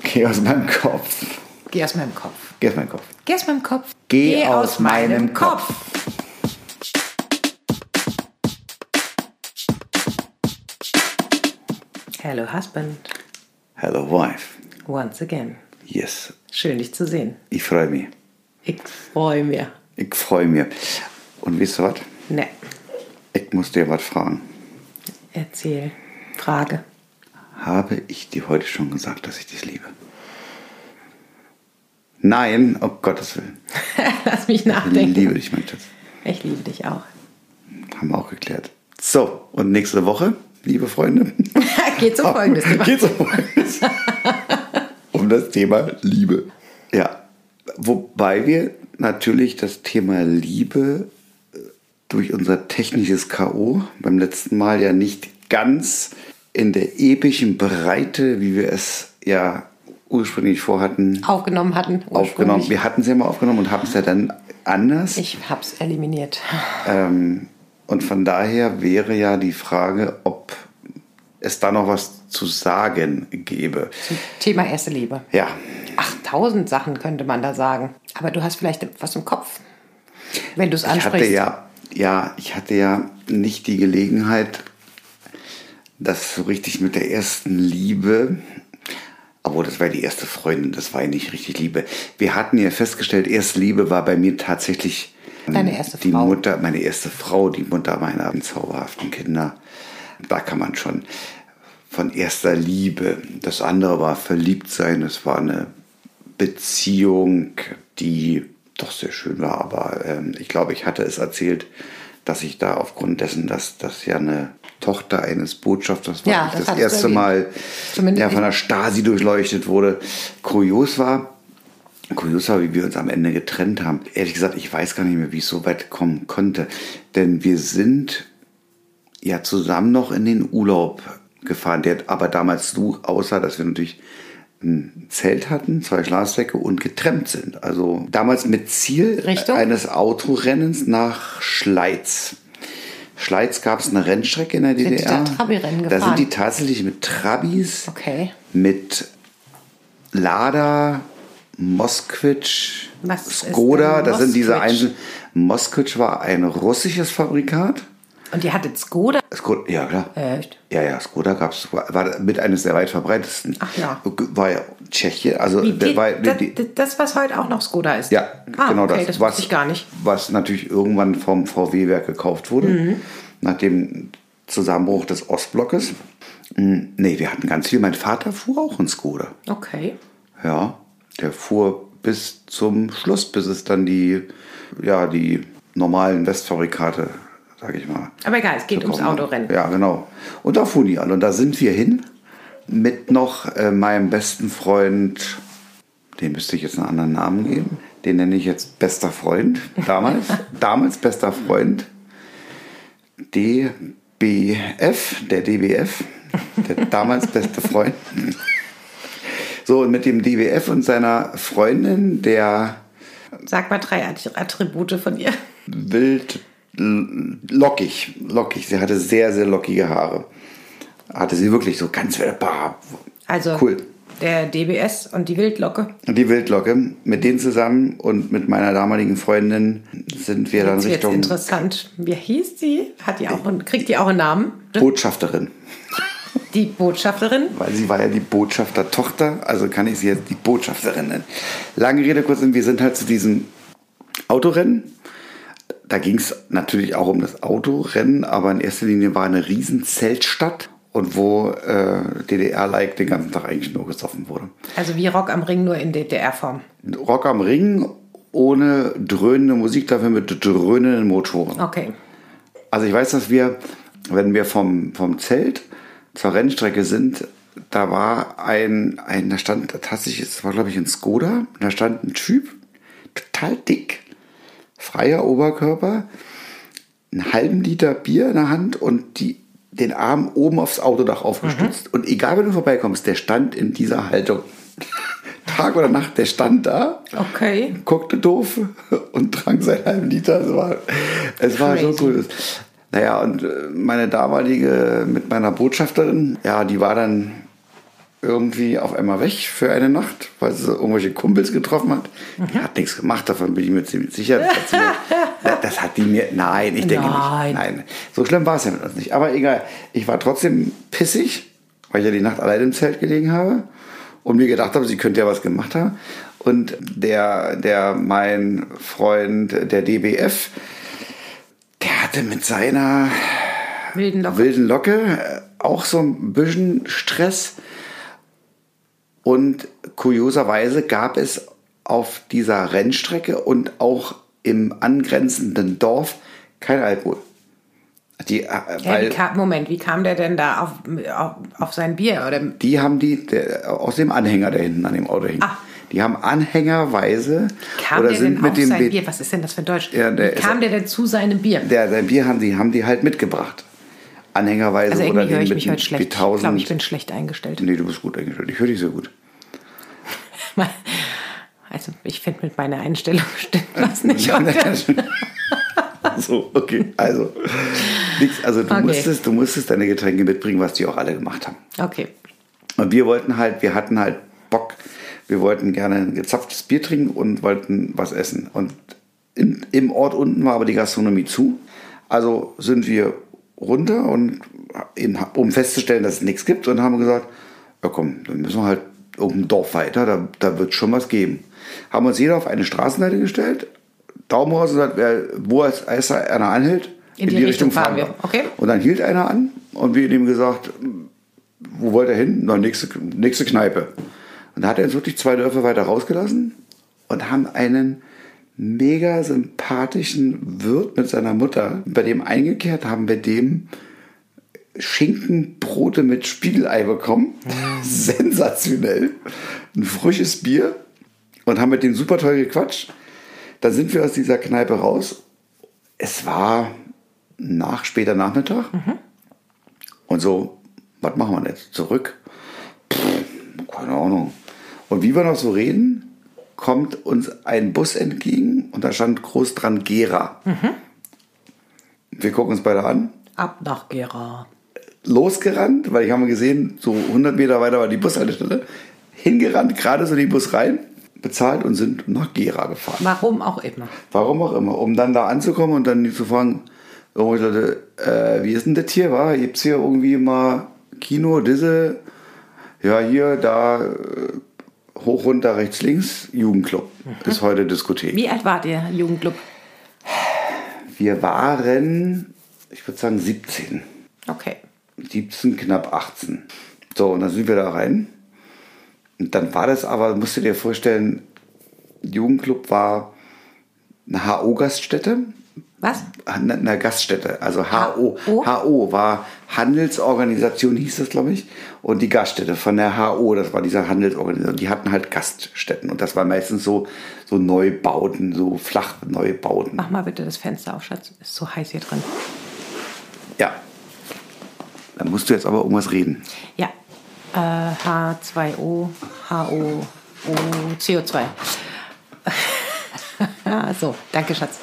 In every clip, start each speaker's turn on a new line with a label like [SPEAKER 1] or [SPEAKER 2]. [SPEAKER 1] Geh aus meinem Kopf.
[SPEAKER 2] Geh aus meinem Kopf.
[SPEAKER 1] Geh aus meinem Kopf.
[SPEAKER 2] Geh aus meinem Kopf.
[SPEAKER 1] Geh aus meinem Kopf.
[SPEAKER 2] Hello, Husband.
[SPEAKER 1] Hello, Wife.
[SPEAKER 2] Once again.
[SPEAKER 1] Yes,
[SPEAKER 2] Schön, dich zu sehen.
[SPEAKER 1] ich freue mich.
[SPEAKER 2] Ich freue mich.
[SPEAKER 1] Ich freue mich. Und wisst ihr was?
[SPEAKER 2] Ne,
[SPEAKER 1] Ich muss dir was fragen.
[SPEAKER 2] erzähl. Frage.
[SPEAKER 1] Habe ich dir heute schon gesagt, dass ich dich liebe? Nein, um Gottes Willen.
[SPEAKER 2] Lass mich
[SPEAKER 1] Ich
[SPEAKER 2] nachdenken.
[SPEAKER 1] liebe dich, mein Schatz.
[SPEAKER 2] Ich liebe dich auch.
[SPEAKER 1] Haben wir auch geklärt. So, und nächste Woche, liebe Freunde,
[SPEAKER 2] Geht um folgendes Thema.
[SPEAKER 1] geht's um Folgendes. um das Thema Liebe. Ja, wobei wir natürlich das Thema Liebe äh, durch unser technisches K.O. beim letzten Mal ja nicht ganz in der epischen Breite, wie wir es ja ursprünglich vorhatten,
[SPEAKER 2] Aufgenommen hatten.
[SPEAKER 1] aufgenommen.
[SPEAKER 2] ursprünglich.
[SPEAKER 1] Wir hatten es ja mal aufgenommen und haben es ja dann anders.
[SPEAKER 2] Ich hab's eliminiert.
[SPEAKER 1] Ähm, und von daher wäre ja die Frage, ob es da noch was zu sagen gäbe.
[SPEAKER 2] Thema erste Liebe.
[SPEAKER 1] Ja,
[SPEAKER 2] Ach, tausend Sachen könnte man da sagen. Aber du hast vielleicht was im Kopf, wenn du es
[SPEAKER 1] ich hatte
[SPEAKER 2] ansprichst.
[SPEAKER 1] ja, ja, ich hatte ja nicht die Gelegenheit, das so richtig mit der ersten Liebe. Obwohl, das war die erste Freundin, das war ja nicht richtig Liebe. Wir hatten ja festgestellt, erste Liebe war bei mir tatsächlich ähm,
[SPEAKER 2] Deine erste
[SPEAKER 1] die
[SPEAKER 2] Frau.
[SPEAKER 1] Mutter, meine erste Frau, die Mutter meiner zauberhaften Kinder. Da kann man schon von erster Liebe. Das andere war verliebt sein. Das war eine Beziehung, die doch sehr schön war. Aber ähm, ich glaube, ich hatte es erzählt, dass ich da aufgrund dessen, dass das ja eine Tochter eines Botschafters war,
[SPEAKER 2] Ja,
[SPEAKER 1] ich
[SPEAKER 2] das
[SPEAKER 1] das
[SPEAKER 2] hattest du
[SPEAKER 1] erste
[SPEAKER 2] erwähnt.
[SPEAKER 1] Mal
[SPEAKER 2] Zumindest
[SPEAKER 1] ja, von der Stasi durchleuchtet wurde, kurios war. Kurios war, wie wir uns am Ende getrennt haben. Ehrlich gesagt, ich weiß gar nicht mehr, wie es so weit kommen konnte. Denn wir sind ja zusammen noch in den Urlaub gefahren, der aber damals so aussah, dass wir natürlich ein Zelt hatten, zwei Schlafsäcke und getrennt sind. Also damals mit Ziel
[SPEAKER 2] Richtung?
[SPEAKER 1] eines Autorennens nach Schleiz. Schleiz gab es eine Rennstrecke in der
[SPEAKER 2] die
[SPEAKER 1] DDR.
[SPEAKER 2] da Trabi-Rennen
[SPEAKER 1] Da
[SPEAKER 2] gefahren?
[SPEAKER 1] sind die tatsächlich mit Trabis,
[SPEAKER 2] Okay.
[SPEAKER 1] mit Lada, Mosquitsch,
[SPEAKER 2] Was ist
[SPEAKER 1] Skoda.
[SPEAKER 2] denn
[SPEAKER 1] Das sind diese
[SPEAKER 2] Mosquitsch?
[SPEAKER 1] einzelnen. Mosquitsch war ein russisches Fabrikat.
[SPEAKER 2] Und die hatte Skoda. Äh,
[SPEAKER 1] Skoda, ja klar.
[SPEAKER 2] Echt?
[SPEAKER 1] Ja, ja, Skoda gab's, war, war mit eines der weit verbreitetsten.
[SPEAKER 2] Ach ja.
[SPEAKER 1] War ja Tschechien, also
[SPEAKER 2] Die, die,
[SPEAKER 1] war,
[SPEAKER 2] da- das, was heute auch noch Skoda ist.
[SPEAKER 1] ja,
[SPEAKER 2] ah,
[SPEAKER 1] genau
[SPEAKER 2] okay,
[SPEAKER 1] das.
[SPEAKER 2] das wusste ich gar nicht.
[SPEAKER 1] Was natürlich irgendwann vom VW-Werk gekauft wurde,
[SPEAKER 2] Mhm.
[SPEAKER 1] nach dem Zusammenbruch des Ostblockes. Hm, Nee, wir hatten ganz viel. Mein Vater fuhr auch in Skoda.
[SPEAKER 2] Okay.
[SPEAKER 1] Ja, der fuhr bis zum Schluss, bis es dann die, ja, die normalen Westfabrikate, sag ich mal,
[SPEAKER 2] Aber egal, es geht ums
[SPEAKER 1] Komm,
[SPEAKER 2] Autorennen.
[SPEAKER 1] Ja, genau. Und da fuhren die alle. Und da sind wir hin mit noch äh, meinem besten Freund, den müsste ich jetzt einen anderen Namen geben. Den nenne ich jetzt bester Freund. Damals, damals bester Freund. DBF, der DBF, der damals beste Freund. So, und mit dem DBF und seiner Freundin, der
[SPEAKER 2] Sag mal drei Att- Attribute von ihr.
[SPEAKER 1] wild l- lockig, lockig. Sie hatte sehr, sehr lockige Haare. Hatte sie wirklich so ganz wilde Paar.
[SPEAKER 2] Also
[SPEAKER 1] Cool.
[SPEAKER 2] der DBS und die Wildlocke.
[SPEAKER 1] Und Die Wildlocke, mit denen zusammen und mit meiner damaligen Freundin sind wir dann um-
[SPEAKER 2] Das ist jetzt
[SPEAKER 1] Richtung
[SPEAKER 2] interessant. Wie hieß die? Hat die auch einen, kriegt die auch einen Namen?
[SPEAKER 1] Botschafterin.
[SPEAKER 2] Die Botschafterin?
[SPEAKER 1] Weil sie war ja die Botschaftertochter, also kann ich sie jetzt die Botschafterin nennen. Lange Rede, kurz, Sinn, wir sind halt zu diesem Autorennen. Da ging es natürlich auch um das Autorennen, aber in erster Linie war eine riesen Zeltstadt und wo äh, DDR-like den ganzen Tag eigentlich nur gesoffen wurde.
[SPEAKER 2] Also wie Rock am Ring, nur in DDR-Form.
[SPEAKER 1] Rock am Ring ohne dröhnende Musik, dafür mit dröhnenden Motoren.
[SPEAKER 2] Okay.
[SPEAKER 1] Also ich weiß, dass wir, wenn wir vom, vom Zelt zur Rennstrecke sind, da war ein, ein da stand tatsächlich, es war glaube ich ein Skoda, und da stand ein Typ, total dick, freier Oberkörper, einen halben Liter Bier in der Hand und die, den Arm oben aufs Autodach aufgestützt. Und egal, wenn du vorbeikommst, der stand in dieser Haltung. Tag oder Nacht, der stand da
[SPEAKER 2] Okay.
[SPEAKER 1] guckte doof und trank seinen halben Liter. Es war, es war so
[SPEAKER 2] Crazy.
[SPEAKER 1] cool. Naja, und äh, meine damalige mit meiner Botschafterin, ja, die war dann irgendwie auf einmal weg für eine Nacht, weil sie irgendwelche Kumpels getroffen hat. Die hat nichts gemacht, davon bin ich mir ziemlich sicher. Das hat, sie mir, das hat die mir. Nein, ich denke
[SPEAKER 2] Nein.
[SPEAKER 1] nicht. Nein. So schlimm war es ja mit uns nicht. Aber egal, ich war trotzdem pissig, weil ich ja die Nacht allein im Zelt gelegen habe und mir gedacht habe, sie könnte ja was gemacht haben. Und der, der, mein Freund, der DBF, der hatte mit seiner
[SPEAKER 2] Wilden Locken.
[SPEAKER 1] wilden Locke äh, auch so ein bisschen Stress. Und kurioserweise gab es auf dieser Rennstrecke und auch im angrenzenden Dorf kein Alkohol. Die, äh,
[SPEAKER 2] Ja, wie
[SPEAKER 1] weil
[SPEAKER 2] kam, Moment, wie kam der denn da auf, auf, auf sein Bier? Oder,
[SPEAKER 1] die haben die der, äh, aus dem Anhänger, der hinten an dem Auto hing.
[SPEAKER 2] Ah.
[SPEAKER 1] Die haben anhängerweise
[SPEAKER 2] kam
[SPEAKER 1] oder
[SPEAKER 2] der
[SPEAKER 1] sind
[SPEAKER 2] denn
[SPEAKER 1] mit
[SPEAKER 2] auf
[SPEAKER 1] dem
[SPEAKER 2] sein
[SPEAKER 1] Be-
[SPEAKER 2] Bier? Was ist denn das für Deutsch?
[SPEAKER 1] Ja, der
[SPEAKER 2] wie
[SPEAKER 1] ist-
[SPEAKER 2] kam der denn zu seinem Bier?
[SPEAKER 1] Der, sein Bier haben die, haben die halt mitgebracht. Anhängerweise
[SPEAKER 2] also
[SPEAKER 1] oder
[SPEAKER 2] irgendwie höre
[SPEAKER 1] den
[SPEAKER 2] ich
[SPEAKER 1] mit
[SPEAKER 2] mich heute schlecht. Ich glaube,
[SPEAKER 1] 1000.
[SPEAKER 2] ich bin schlecht eingestellt.
[SPEAKER 1] nee, du bist gut eingestellt. Ich höre dich so gut.
[SPEAKER 2] Also ich finde mit meiner Einstellung stimmt was nicht. Oder?
[SPEAKER 1] so, okay. Also, nix, also du,
[SPEAKER 2] Okay.
[SPEAKER 1] musstest, du musstest deine Getränke mitbringen, was die auch alle gemacht haben.
[SPEAKER 2] Okay.
[SPEAKER 1] Und wir wollten halt, wir hatten halt Bock. Wir wollten gerne ein gezapftes Bier trinken und wollten was essen. Und im, im Ort unten war aber die Gastronomie zu. Also sind wir runter und in, um festzustellen, dass es nichts gibt und haben gesagt, ja komm, dann müssen wir halt irgendein Dorf weiter, da, da wird schon was geben. Haben uns jeder auf eine Straßenseite gestellt, Daumen raus und gesagt, wer, wo es als einer anhält,
[SPEAKER 2] In die Richtung fahren wir. Okay.
[SPEAKER 1] Und dann hielt einer an und wir haben ihm gesagt, wo wollt ihr hin? Na, nächste, nächste Kneipe. Und da hat er uns wirklich zwei Dörfer weiter rausgelassen und haben einen mega sympathischen Wirt mit seiner Mutter. Bei dem eingekehrt haben bei dem Schinkenbrote mit Spiegelei bekommen. Sensationell. Ein frisches Bier und haben mit dem super toll gequatscht. Dann sind wir aus dieser Kneipe raus. Es war nach später Nachmittag. Und so, was machen wir denn jetzt? Zurück? Pff, keine Ahnung. Und wie wir noch so reden, kommt uns ein Bus entgegen und da stand groß dran Gera. Wir gucken uns beide an.
[SPEAKER 2] Ab nach Gera.
[SPEAKER 1] Losgerannt, weil ich habe gesehen, so 100 Meter weiter war die Bushaltestelle. Hingerannt, gerade so in den Bus rein, bezahlt und sind nach Gera gefahren.
[SPEAKER 2] Warum auch immer.
[SPEAKER 1] Warum auch immer. Um dann da anzukommen und dann zu fragen, irgendwelche Leute, äh, wie ist denn das hier, war? Gibt's hier irgendwie mal Kino, diese, ja, hier, da, äh, hoch, runter, rechts, links, Jugendclub. Ist heute Diskothek.
[SPEAKER 2] Wie alt wart ihr, Jugendclub?
[SPEAKER 1] Wir waren, ich würde sagen, 17.
[SPEAKER 2] Okay.
[SPEAKER 1] 17, knapp 18. So, und dann sind wir da rein. Und dann war das aber, musst du dir vorstellen, Jugendclub war eine HO-Gaststätte.
[SPEAKER 2] Was?
[SPEAKER 1] Eine- einer Gaststätte, also HO.
[SPEAKER 2] HO?
[SPEAKER 1] HO war Handelsorganisation, hieß das, glaube ich. Und die Gaststätte von der HO, das war diese Handelsorganisation, die hatten halt Gaststätten. Und das waren meistens so, so Neubauten, so Flachneubauten.
[SPEAKER 2] Mach mal bitte das Fenster auf, Schatz. Ist so heiß hier drin.
[SPEAKER 1] Ja. Da musst du jetzt aber irgendwas reden.
[SPEAKER 2] Ja. Äh, H2O, HO, O, CO2. so, danke, Schatz.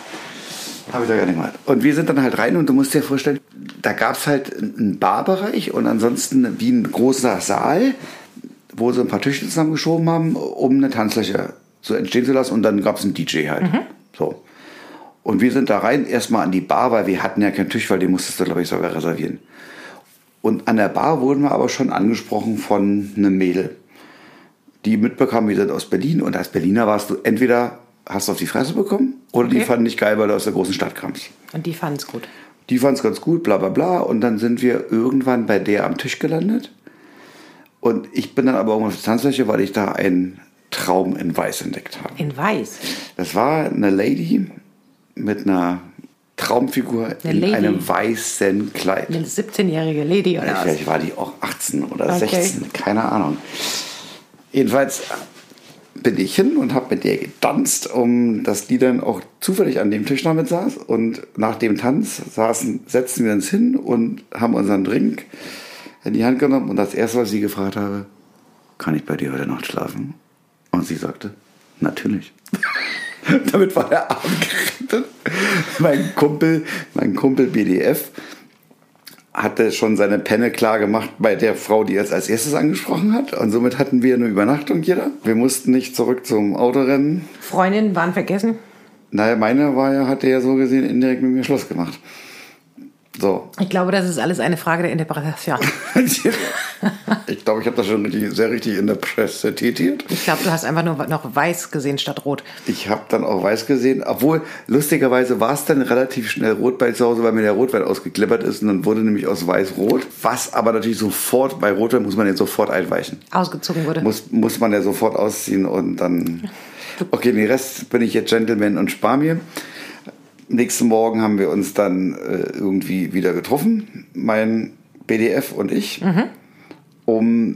[SPEAKER 1] Habe ich da gar nicht gemacht. Und wir sind dann halt rein und du musst dir vorstellen, da gab es halt einen Barbereich und ansonsten wie ein großer Saal, wo sie ein paar Tische zusammengeschoben haben, um eine Tanzfläche so entstehen zu lassen. Und dann gab es einen DJ halt. So. Und wir sind da rein, erstmal an die Bar, weil wir hatten ja keinen Tisch, weil den musstest du, glaube ich, sogar reservieren. Und an der Bar wurden wir aber schon angesprochen von einem Mädel, die mitbekam, wir sind aus Berlin. Und als Berliner warst du entweder hast du auf die Fresse bekommen oder die
[SPEAKER 2] Okay.
[SPEAKER 1] fanden dich geil, weil du aus der großen Stadt kamst.
[SPEAKER 2] Und die fanden es gut.
[SPEAKER 1] Die fand es ganz gut, bla bla bla. Und dann sind wir irgendwann bei der am Tisch gelandet. Und ich bin dann aber irgendwann auf die Tanzfläche, weil ich da einen Traum in Weiß entdeckt habe.
[SPEAKER 2] In weiß.
[SPEAKER 1] Das war eine Lady mit einer Traumfigur
[SPEAKER 2] Eine
[SPEAKER 1] in
[SPEAKER 2] Lady?
[SPEAKER 1] einem weißen Kleid.
[SPEAKER 2] Eine 17-jährige Lady oder was?
[SPEAKER 1] Vielleicht war die auch 18 oder
[SPEAKER 2] Okay.
[SPEAKER 1] 16, keine Ahnung. Jedenfalls bin ich hin und habe mit ihr getanzt, um dass die dann auch zufällig an dem Tisch damit saß. Und nach dem Tanz saßen, setzten wir uns hin und haben unseren Drink in die Hand genommen. Und das erste, was ich sie gefragt habe, kann ich bei dir heute Nacht schlafen? Und sie sagte, natürlich. Damit war der Abend gerettet. Mein Kumpel, mein Kumpel BDF hatte schon seine Penne klar gemacht bei der Frau, die es als erstes angesprochen hat. Und somit hatten wir eine Übernachtung jeder. Wir mussten nicht zurück zum Autorennen.
[SPEAKER 2] Freundinnen waren vergessen.
[SPEAKER 1] Naja, meine war ja, hatte ja so gesehen indirekt mit mir Schluss gemacht. So.
[SPEAKER 2] Ich glaube, das ist alles eine Frage der Interpretation.
[SPEAKER 1] ich glaube, ich habe das schon richtig, sehr richtig interpretiert.
[SPEAKER 2] Ich glaube, du hast einfach nur noch weiß gesehen statt rot.
[SPEAKER 1] Ich habe dann auch weiß gesehen, obwohl lustigerweise war es dann relativ schnell rot bei zu Hause, weil mir der Rotwein ausgeklippert ist und dann wurde nämlich aus weiß rot, was aber natürlich sofort bei Rotwein muss man ja sofort einweichen.
[SPEAKER 2] Ausgezogen wurde.
[SPEAKER 1] Muss, muss man ja sofort ausziehen und dann. Okay, den Rest bin ich jetzt Gentleman und spar mir. Nächsten Morgen haben wir uns dann äh, irgendwie wieder getroffen, mein BDF und ich,
[SPEAKER 2] Mhm.
[SPEAKER 1] um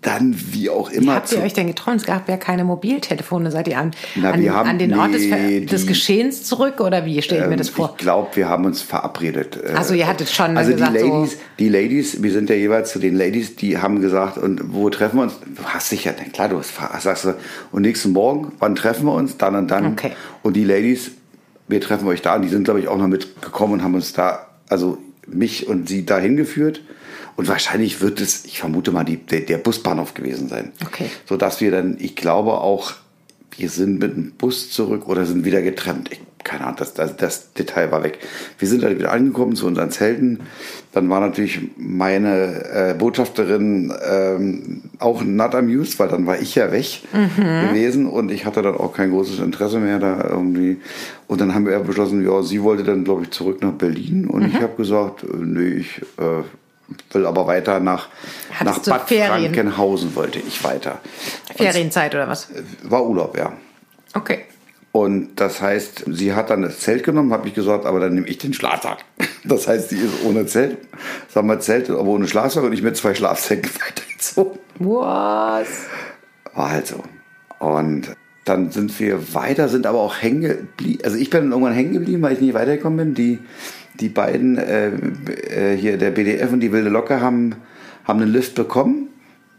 [SPEAKER 1] dann wie auch
[SPEAKER 2] Wie
[SPEAKER 1] immer
[SPEAKER 2] habt ihr euch denn getroffen? Es gab ja keine Mobiltelefone. Seid ihr an,
[SPEAKER 1] Na,
[SPEAKER 2] an,
[SPEAKER 1] wir haben-
[SPEAKER 2] an den Ort des, Ver-
[SPEAKER 1] nee, die- Ähm,
[SPEAKER 2] des Geschehens zurück oder wie stelle ich mir das vor?
[SPEAKER 1] Ich glaube, wir haben uns verabredet. Äh,
[SPEAKER 2] Also ihr hattet schon
[SPEAKER 1] also
[SPEAKER 2] gesagt,
[SPEAKER 1] die
[SPEAKER 2] so-
[SPEAKER 1] Ladies, die Ladies, wir sind ja jeweils zu den Ladies, die haben gesagt, und wo treffen wir uns? Du hast sicher, na klar, du hast, ver- sagst du, und nächsten Morgen, wann treffen wir uns? Dann und dann.
[SPEAKER 2] Okay.
[SPEAKER 1] Und die Ladies, wir treffen euch da. Und die sind, glaube ich, auch noch mitgekommen und haben uns da, also mich und sie dahin geführt. Und wahrscheinlich wird es, ich vermute mal, die, der, der Busbahnhof gewesen sein.
[SPEAKER 2] Okay.
[SPEAKER 1] Sodass wir dann, ich glaube auch, wir sind mit dem Bus zurück oder sind wieder getrennt. Ich, keine Ahnung, das, das, das Detail war weg. Wir sind dann wieder angekommen zu unseren Zelten. Dann war natürlich meine äh, Botschafterin ähm, auch not amused, weil dann war ich ja weg
[SPEAKER 2] Mhm.
[SPEAKER 1] gewesen und ich hatte dann auch kein großes Interesse mehr da irgendwie. Und dann haben wir beschlossen, ja, sie wollte dann, glaube ich, zurück nach Berlin und
[SPEAKER 2] Mhm.
[SPEAKER 1] ich habe gesagt, äh, nee, ich äh, will aber weiter nach, nach
[SPEAKER 2] Hattest du
[SPEAKER 1] Bad
[SPEAKER 2] Ferien?
[SPEAKER 1] Frankenhausen wollte ich weiter.
[SPEAKER 2] Ferienzeit oder was?
[SPEAKER 1] War Urlaub, ja.
[SPEAKER 2] Okay.
[SPEAKER 1] Und das heißt, sie hat dann das Zelt genommen, habe ich gesagt, aber dann nehme ich den Schlafsack. Das heißt, sie ist ohne Zelt, sagen wir Zelt, aber ohne Schlafsack und ich mit zwei Schlafsäcken weitergezogen.
[SPEAKER 2] Was?
[SPEAKER 1] War halt so. Und dann sind wir weiter, sind aber auch hängen geblieben. Also ich bin dann irgendwann hängen geblieben, weil ich nicht weitergekommen bin. Die, die beiden, äh, b- äh, hier der BDF und die Wilde Locke, haben, haben einen Lift bekommen.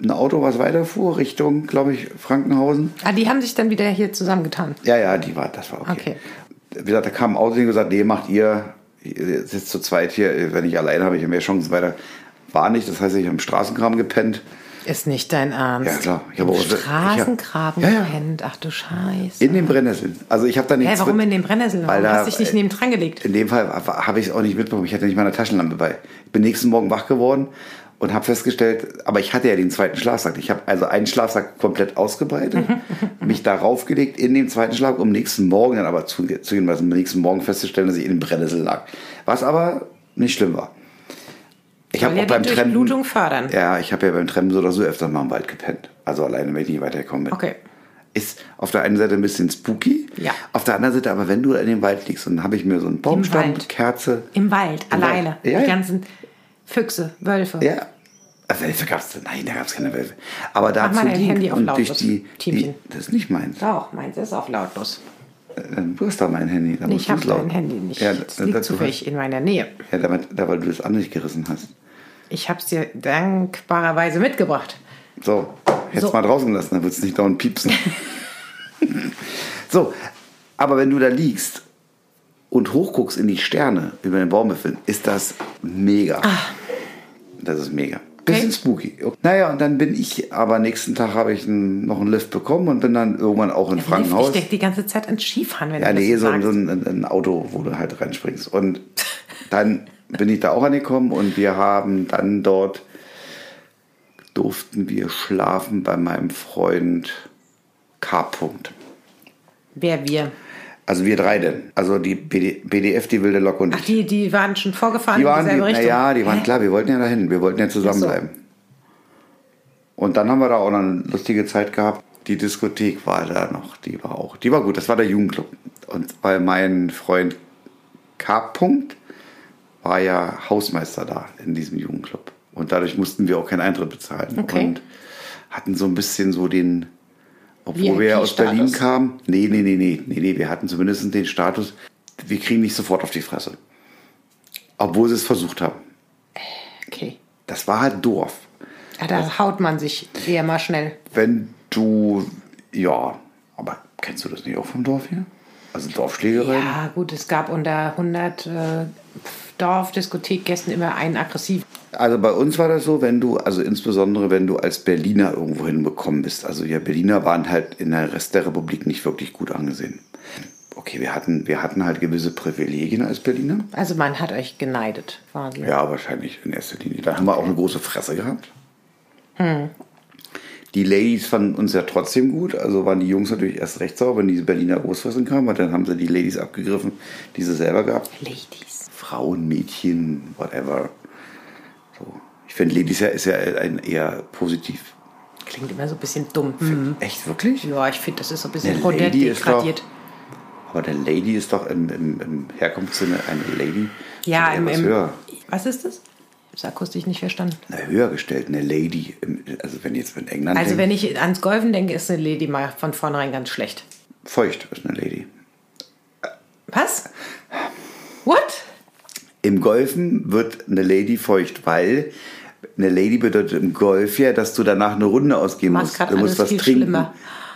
[SPEAKER 1] Ein Auto, was weiterfuhr, Richtung, glaube ich, Frankenhausen.
[SPEAKER 2] Ah, die haben sich dann wieder hier zusammengetan.
[SPEAKER 1] Ja, ja, die war, das war okay.
[SPEAKER 2] Okay.
[SPEAKER 1] Wie gesagt, da kam ein Auto und gesagt, nee, macht ihr, ihr sitzt zu zweit hier, wenn ich alleine habe, ich habe mehr Chancen weiter. War nicht, das heißt, ich habe im Straßenkram gepennt.
[SPEAKER 2] Ist nicht dein Ernst.
[SPEAKER 1] Ja, klar. Ich habe auch-
[SPEAKER 2] Straßengraben
[SPEAKER 1] ich hab- Ja, ja.
[SPEAKER 2] gepennt. Ach du Scheiße.
[SPEAKER 1] In den Brennnesseln. Also ich habe da nichts.
[SPEAKER 2] Hä, warum
[SPEAKER 1] mit-
[SPEAKER 2] in den Brennnesseln?
[SPEAKER 1] Weil
[SPEAKER 2] Warum
[SPEAKER 1] da-
[SPEAKER 2] hast du dich nicht neben dran gelegt?
[SPEAKER 1] In dem Fall habe ich es auch nicht mitbekommen. Ich hatte nicht meine Taschenlampe bei. Ich bin nächsten Morgen wach geworden und habe festgestellt, aber ich hatte ja den zweiten Schlafsack. Ich habe also einen Schlafsack komplett ausgebreitet, mich darauf gelegt in dem zweiten Schlag, um nächsten Morgen dann aber zu, zu gehen, also am nächsten Morgen festzustellen, dass ich in dem Brennnessel lag. Was aber nicht schlimm war. Ich
[SPEAKER 2] Soll
[SPEAKER 1] habe
[SPEAKER 2] ja
[SPEAKER 1] auch
[SPEAKER 2] die
[SPEAKER 1] beim Trennen.
[SPEAKER 2] Durchblutung fördern.
[SPEAKER 1] Ja, ich habe ja beim Trennen so oder so öfter mal im Wald gepennt. Also alleine, wenn ich nicht weitergekommen bin
[SPEAKER 2] Okay.
[SPEAKER 1] ist auf der einen Seite ein bisschen spooky,
[SPEAKER 2] Ja.
[SPEAKER 1] auf der anderen Seite aber, wenn du in dem Wald liegst, dann habe ich mir so einen Baumstamm,
[SPEAKER 2] Wald.
[SPEAKER 1] Kerze.
[SPEAKER 2] Im Wald,
[SPEAKER 1] Im Wald.
[SPEAKER 2] alleine.
[SPEAKER 1] Ja,
[SPEAKER 2] die
[SPEAKER 1] ja.
[SPEAKER 2] ganzen Füchse, Wölfe.
[SPEAKER 1] Ja. Also Wölfe gab es, nein, da gab es keine Wölfe. Aber
[SPEAKER 2] Mach mal
[SPEAKER 1] dazu
[SPEAKER 2] dein
[SPEAKER 1] liegen
[SPEAKER 2] Handy auf
[SPEAKER 1] und
[SPEAKER 2] lautlos,
[SPEAKER 1] durch die, die,
[SPEAKER 2] Teamchen.
[SPEAKER 1] das ist nicht meins.
[SPEAKER 2] Doch, meins ist auf lautlos.
[SPEAKER 1] Ähm, Du hast da mein Handy, da musst
[SPEAKER 2] Ich habe
[SPEAKER 1] du's laut-
[SPEAKER 2] mein Handy nicht.
[SPEAKER 1] Ja,
[SPEAKER 2] es
[SPEAKER 1] da-
[SPEAKER 2] liegt
[SPEAKER 1] dazu
[SPEAKER 2] zufällig in meiner Nähe.
[SPEAKER 1] ja damit, da, weil du das an dich gerissen hast.
[SPEAKER 2] Ich habe es dir dankbarerweise mitgebracht.
[SPEAKER 1] So, hättest
[SPEAKER 2] So.
[SPEAKER 1] mal draußen lassen, dann würdest du nicht dauernd piepsen. so, aber wenn du da liegst und hochguckst in die Sterne über den Baumwipfeln, ist das mega. Das ist mega. Bisschen
[SPEAKER 2] Ah. Okay.
[SPEAKER 1] spooky. Naja, und dann bin ich, aber nächsten Tag habe ich einen, noch einen Lift bekommen und bin dann irgendwann auch in Frankenhaus.
[SPEAKER 2] Ich denke die ganze Zeit an Skifahren, wenn
[SPEAKER 1] Ja,
[SPEAKER 2] du das
[SPEAKER 1] nee, so,
[SPEAKER 2] sagst.
[SPEAKER 1] so ein, ein Auto, wo du halt reinspringst. Und dann bin ich da auch angekommen und wir haben dann dort, durften wir schlafen bei meinem Freund K. -Punkt.
[SPEAKER 2] Wer wir?
[SPEAKER 1] Also wir drei denn. Also die BD, BDF, die Wilde Locke und
[SPEAKER 2] Ach,
[SPEAKER 1] ich.
[SPEAKER 2] die, die waren schon vorgefahren
[SPEAKER 1] Die waren,
[SPEAKER 2] in dieselbe
[SPEAKER 1] die, na
[SPEAKER 2] Richtung.
[SPEAKER 1] ja, die waren
[SPEAKER 2] Hä?
[SPEAKER 1] klar, wir wollten ja dahin, wir wollten ja zusammenbleiben. Und dann haben wir da auch noch eine lustige Zeit gehabt. Die Diskothek war da noch, die war auch, die war gut, das war der Jugendclub. Und weil mein Freund K. -Punkt war ja Hausmeister da in diesem Jugendclub. Und dadurch mussten wir auch keinen Eintritt bezahlen.
[SPEAKER 2] Okay.
[SPEAKER 1] Und hatten so ein bisschen so den, obwohl wir ja aus
[SPEAKER 2] VIP-Status.
[SPEAKER 1] Berlin kamen, nee, nee, nee, nee, nee, nee, wir hatten zumindest den Status, wir kriegen nicht sofort auf die Fresse. Obwohl sie es versucht haben.
[SPEAKER 2] Okay.
[SPEAKER 1] Das war halt Dorf.
[SPEAKER 2] Ah,
[SPEAKER 1] Also-
[SPEAKER 2] da haut man sich eher mal schnell.
[SPEAKER 1] Wenn du, ja, aber kennst du das nicht auch vom Dorf hier? Also Dorfschlägerin?
[SPEAKER 2] Ja, gut, es gab unter 100 äh, Dorfdiskothekgästen immer einen aggressiv.
[SPEAKER 1] Also bei uns war das so, wenn du, also insbesondere wenn du als Berliner irgendwo hinbekommen bist. Also ja, Berliner waren halt in der Rest der Republik nicht wirklich gut angesehen. Okay, wir hatten, wir hatten halt gewisse Privilegien als Berliner.
[SPEAKER 2] Also man hat euch geneidet quasi.
[SPEAKER 1] Ja, wahrscheinlich in erster Linie. Da haben wir auch eine große Fresse gehabt. Hm. Die Ladies fanden uns ja trotzdem gut, also waren die Jungs natürlich erst recht sauer, wenn diese Berliner Großfressen kamen, weil dann haben sie die Ladies abgegriffen, die sie selber gab.
[SPEAKER 2] Ladies.
[SPEAKER 1] Frauen, Mädchen, whatever. So. Ich finde, Ladies ja ist ja ein eher positiv.
[SPEAKER 2] Klingt immer so ein bisschen dumm. Hm.
[SPEAKER 1] Echt, wirklich?
[SPEAKER 2] Ja, ich finde, das ist so ein bisschen
[SPEAKER 1] Eine
[SPEAKER 2] rodett
[SPEAKER 1] Mhm. Lady ist doch-
[SPEAKER 2] degradiert.
[SPEAKER 1] Aber der Lady ist doch im, im, im Herkunftssinne eine Lady. Schon
[SPEAKER 2] Ja,
[SPEAKER 1] eher
[SPEAKER 2] im,
[SPEAKER 1] was
[SPEAKER 2] im,
[SPEAKER 1] höher.
[SPEAKER 2] Was ist das? Ich habe akustisch nicht verstanden.
[SPEAKER 1] Na, höher gestellt, eine Lady. Im, also wenn jetzt in England
[SPEAKER 2] Also
[SPEAKER 1] denkt,
[SPEAKER 2] wenn ich ans Golfen denke, ist eine Lady mal von vornherein ganz schlecht.
[SPEAKER 1] feucht ist eine Lady.
[SPEAKER 2] Was? What?
[SPEAKER 1] Im Golfen wird eine Lady feucht, weil eine Lady bedeutet im Golf ja, dass du danach eine Runde ausgehen
[SPEAKER 2] Machst
[SPEAKER 1] musst.
[SPEAKER 2] gerade
[SPEAKER 1] Du musst
[SPEAKER 2] alles
[SPEAKER 1] was
[SPEAKER 2] viel
[SPEAKER 1] trinken.
[SPEAKER 2] schlimmer.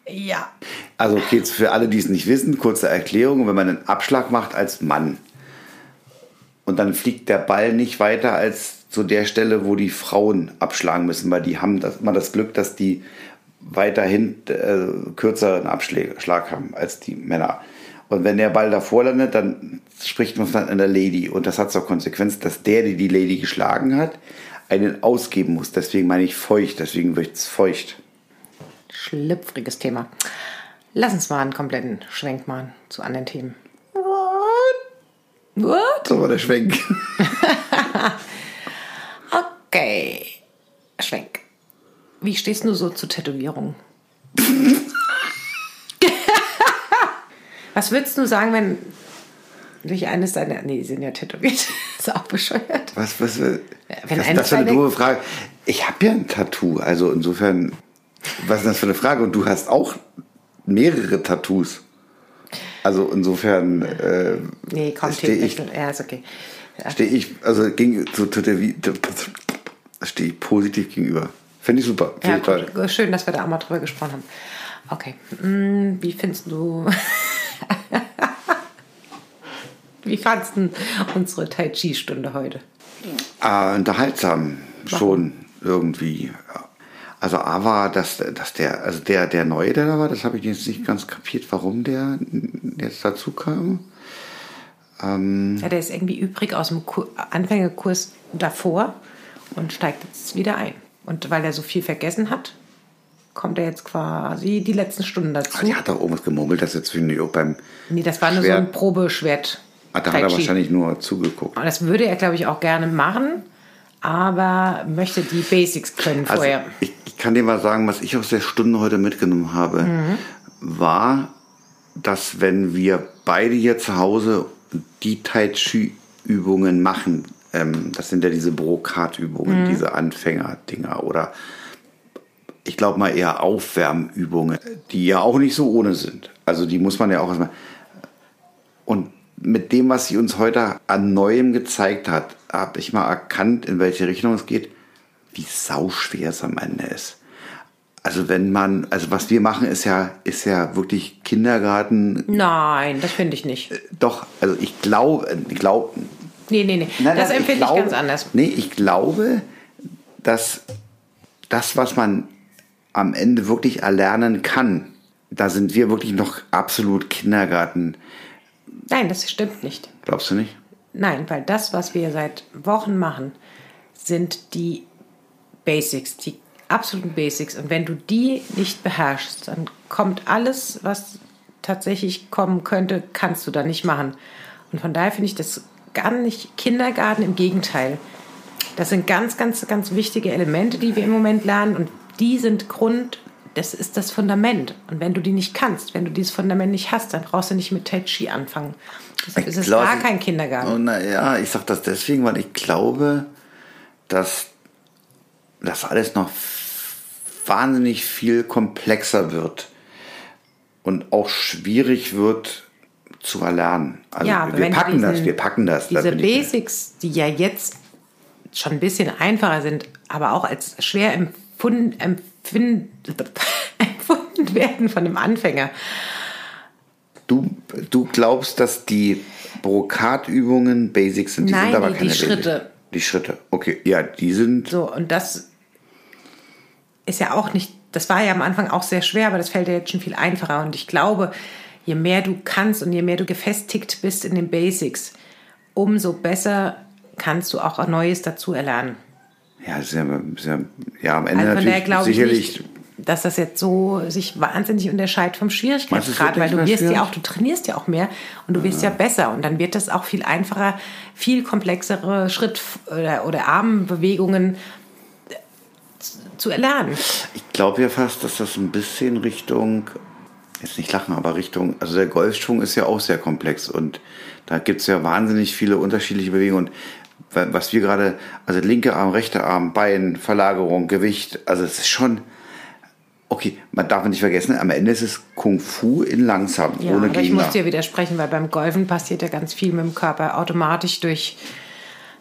[SPEAKER 2] Ja.
[SPEAKER 1] Also okay, jetzt für alle, die es nicht wissen, kurze Erklärung. Wenn man einen Abschlag macht als Mann und dann fliegt der Ball nicht weiter als zu der Stelle, wo die Frauen abschlagen müssen, weil die haben das, immer das Glück, dass die weiterhin äh, kürzeren Abschlag Schlag haben als die Männer. Und wenn der Ball davor landet, dann spricht man von einer Lady. Und das hat zur Konsequenz, dass der, der die Lady geschlagen hat, einen ausgeben muss. Deswegen meine ich feucht, deswegen wird es feucht.
[SPEAKER 2] Schlüpfriges Thema. Lass uns mal einen kompletten Schwenk machen zu anderen Themen. What?
[SPEAKER 1] So war der Schwenk.
[SPEAKER 2] Okay. Schwenk. Wie stehst du so zu Tätowierungen? Was würdest du sagen, wenn dich eines deiner. Nee, die sind ja tätowiert. ist auch bescheuert.
[SPEAKER 1] Was, was, was
[SPEAKER 2] wenn
[SPEAKER 1] was ist
[SPEAKER 2] eins
[SPEAKER 1] das für eine
[SPEAKER 2] deine-
[SPEAKER 1] doofe Frage? Ich habe ja ein Tattoo, also insofern, was ist das für eine Frage? Und du hast auch mehrere Tattoos. Also insofern äh,
[SPEAKER 2] Nee, komm,
[SPEAKER 1] Steh ich-
[SPEAKER 2] Themenwechsel. Ja, ist okay.
[SPEAKER 1] stehe ich, also gegen, zu, zu der, stehe ich positiv gegenüber. Finde ich super.
[SPEAKER 2] Ja,
[SPEAKER 1] Finde ich toll.
[SPEAKER 2] gut. Schön, dass wir da auch mal drüber gesprochen haben. Okay. Mm, Wie findest du. Wie fandst du unsere Tai Chi-Stunde heute?
[SPEAKER 1] Äh, unterhaltsam schon irgendwie. Ja. Also A war, dass, dass der, also der, der Neue, der da war, das habe ich jetzt nicht ganz kapiert, warum der jetzt dazu kam. Hm.
[SPEAKER 2] Ja, der ist irgendwie übrig aus dem Kur Anfängerkurs davor und steigt jetzt wieder ein. Und weil er so viel vergessen hat, kommt er jetzt quasi die letzten Stunden
[SPEAKER 1] Ah,
[SPEAKER 2] dazu.
[SPEAKER 1] Die hat doch irgendwas gemurmelt, das jetzt finde ich auch beim.
[SPEAKER 2] Nee, das war nur so
[SPEAKER 1] Schwert.
[SPEAKER 2] ein Probeschwert.
[SPEAKER 1] Ah, da hat er wahrscheinlich nur zugeguckt.
[SPEAKER 2] Und das würde er, glaube ich, auch gerne machen, aber möchte die Basics können
[SPEAKER 1] Also,
[SPEAKER 2] vorher.
[SPEAKER 1] ich, ich kann dir mal sagen, was ich aus der Stunde heute mitgenommen habe, war, dass wenn wir beide hier zu Hause die Tai Chi-Übungen machen, ähm, das sind ja diese Brokat-Übungen, diese Anfänger-Dinger oder ich glaube mal eher Aufwärmübungen, die ja auch nicht so ohne sind. Also die muss man ja auch erstmal. Und mit dem, was sie uns heute an Neuem gezeigt hat, habe ich mal erkannt, in welche Richtung es geht, wie sauschwer es am Ende ist. Also wenn man, also was wir machen, ist ja, ist ja wirklich Kindergarten.
[SPEAKER 2] Nein, das finde ich nicht.
[SPEAKER 1] Doch, also ich glaube, glaub,
[SPEAKER 2] Nee, nee, nee.
[SPEAKER 1] Nein,
[SPEAKER 2] das
[SPEAKER 1] nein,
[SPEAKER 2] empfinde ich,
[SPEAKER 1] glaube-
[SPEAKER 2] ganz anders.
[SPEAKER 1] Nee, ich glaube, dass das, was man am Ende wirklich erlernen kann, da sind wir wirklich noch absolut Kindergarten.
[SPEAKER 2] Nein, das stimmt nicht.
[SPEAKER 1] Glaubst du nicht?
[SPEAKER 2] Nein, weil das, was wir seit Wochen machen, sind die Basics, die absoluten Basics. Und wenn du die nicht beherrschst, dann kommt alles, was tatsächlich kommen könnte, kannst du da nicht machen. Und von daher finde ich das gar nicht Kindergarten, im Gegenteil. Das sind ganz, ganz, ganz wichtige Elemente, die wir im Moment lernen. Und die sind Grund, das ist das Fundament. Und wenn du die nicht kannst, wenn du dieses Fundament nicht hast, dann brauchst du nicht mit Tai Chi anfangen. Deshalb ist es
[SPEAKER 1] Glaub-
[SPEAKER 2] gar kein Kindergarten.
[SPEAKER 1] Oh, na ja, ich sag das deswegen, weil ich glaube, dass das alles noch wahnsinnig viel komplexer wird und auch schwierig wird zu erlernen. Also
[SPEAKER 2] Ja, aber
[SPEAKER 1] wir
[SPEAKER 2] wenn du
[SPEAKER 1] packen das,
[SPEAKER 2] diesen-
[SPEAKER 1] wir packen das. da
[SPEAKER 2] Diese
[SPEAKER 1] bin ich-
[SPEAKER 2] Basics, die ja jetzt schon ein bisschen einfacher sind, aber auch als schwer empfunden, empfind, empfunden werden von einem Anfänger.
[SPEAKER 1] Du, du glaubst, dass die Brokatübungen Basics sind. Die
[SPEAKER 2] Nein,
[SPEAKER 1] sind aber
[SPEAKER 2] die-
[SPEAKER 1] keine
[SPEAKER 2] die Schritte.
[SPEAKER 1] Basics. Die Schritte, okay. Ja, die sind.
[SPEAKER 2] So, und das ist ja auch nicht, das war ja am Anfang auch sehr schwer, aber das fällt dir jetzt schon viel einfacher. Und ich glaube, je mehr du kannst und je mehr du gefestigt bist in den Basics, umso besser kannst du auch Neues dazu erlernen.
[SPEAKER 1] Ja, das ist ja, das ist ja, ja am Ende
[SPEAKER 2] Also von daher
[SPEAKER 1] natürlich
[SPEAKER 2] glaube ich
[SPEAKER 1] sicherlich.
[SPEAKER 2] nicht, dass das jetzt so sich wahnsinnig unterscheidet vom
[SPEAKER 1] Meinst du, es
[SPEAKER 2] Schwierigkeitsgrad,
[SPEAKER 1] wird
[SPEAKER 2] weil
[SPEAKER 1] nicht
[SPEAKER 2] du
[SPEAKER 1] mehr
[SPEAKER 2] wirst ja
[SPEAKER 1] schwierig?
[SPEAKER 2] auch, du trainierst ja auch mehr und du wirst ja besser und dann wird das auch viel einfacher, viel komplexere Schritt- oder, oder Armbewegungen zu- zu erlernen.
[SPEAKER 1] Ich glaube ja fast, dass das ein bisschen Richtung, jetzt nicht lachen, aber Richtung, also der Golfschwung ist ja auch sehr komplex und da gibt es ja wahnsinnig viele unterschiedliche Bewegungen. Und wa- was wir gerade, also linke Arm, rechter Arm, Bein, Verlagerung, Gewicht, also es ist schon, okay, man darf nicht vergessen, am Ende ist es Kung Fu in langsam,
[SPEAKER 2] Ja,
[SPEAKER 1] ohne
[SPEAKER 2] aber ich muss
[SPEAKER 1] Gegner.
[SPEAKER 2] dir widersprechen, weil beim Golfen passiert ja ganz viel mit dem Körper automatisch durch,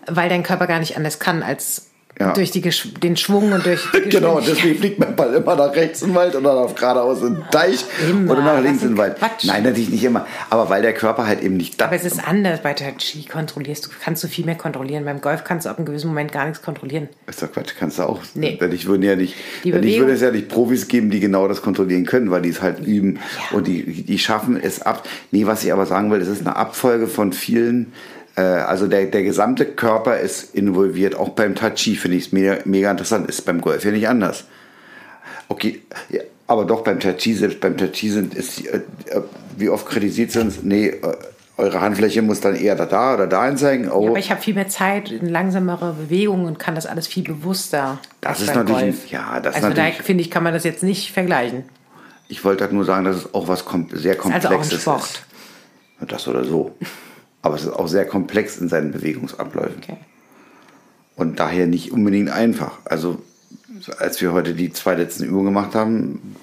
[SPEAKER 2] weil dein Körper gar nicht anders kann als
[SPEAKER 1] Ja.
[SPEAKER 2] durch die Gesch den Schwung und durch die
[SPEAKER 1] Genau,
[SPEAKER 2] Geschwindigkeit.
[SPEAKER 1] deswegen fliegt mein Ball immer nach rechts in den Wald und dann auf geradeaus in den Teich
[SPEAKER 2] Immer,
[SPEAKER 1] oder nach
[SPEAKER 2] das
[SPEAKER 1] links
[SPEAKER 2] ist
[SPEAKER 1] in den Wald.
[SPEAKER 2] Quatsch.
[SPEAKER 1] Nein, natürlich nicht immer. Aber weil der Körper halt eben nicht da
[SPEAKER 2] Aber es ist anders. Bei Tai Chi kontrollierst du, kannst du viel mehr kontrollieren. Beim Golf kannst du ab einem gewissen Moment gar nichts kontrollieren.
[SPEAKER 1] Ist doch Quatsch, kannst du auch.
[SPEAKER 2] Nee.
[SPEAKER 1] Wenn ich würde ja nicht,
[SPEAKER 2] Die
[SPEAKER 1] wenn ich
[SPEAKER 2] Bewegung-
[SPEAKER 1] würde es ja nicht Profis geben, die genau das kontrollieren können, weil die es halt üben und die, die schaffen es ab. Nee, was ich aber sagen will, es ist eine Abfolge von vielen. äh, Also der, der gesamte Körper ist involviert, auch beim Tachi finde ich es mega, mega interessant. Ist beim Golf ja nicht anders. Okay, ja, aber doch beim Tachi, selbst beim Tachi sind ist, äh, äh, wie oft kritisiert sie uns, nee, äh, eure Handfläche muss dann eher da, da oder da anzeigen. Oh,
[SPEAKER 2] Aber ich habe viel mehr Zeit, langsamere Bewegungen und kann das alles viel bewusster.
[SPEAKER 1] Das
[SPEAKER 2] als
[SPEAKER 1] ist
[SPEAKER 2] beim
[SPEAKER 1] natürlich-
[SPEAKER 2] Golf.
[SPEAKER 1] ja, das ist
[SPEAKER 2] also da
[SPEAKER 1] natürlich-
[SPEAKER 2] finde ich, kann man das jetzt nicht vergleichen.
[SPEAKER 1] Ich wollte halt nur sagen, dass es auch was kom sehr
[SPEAKER 2] also
[SPEAKER 1] Komplexes
[SPEAKER 2] auch ein Sport.
[SPEAKER 1] ist. Und Das oder so. Aber es ist auch sehr komplex in seinen Bewegungsabläufen
[SPEAKER 2] Okay.
[SPEAKER 1] und daher nicht unbedingt einfach. Also als wir heute die zwei letzten Übungen gemacht haben,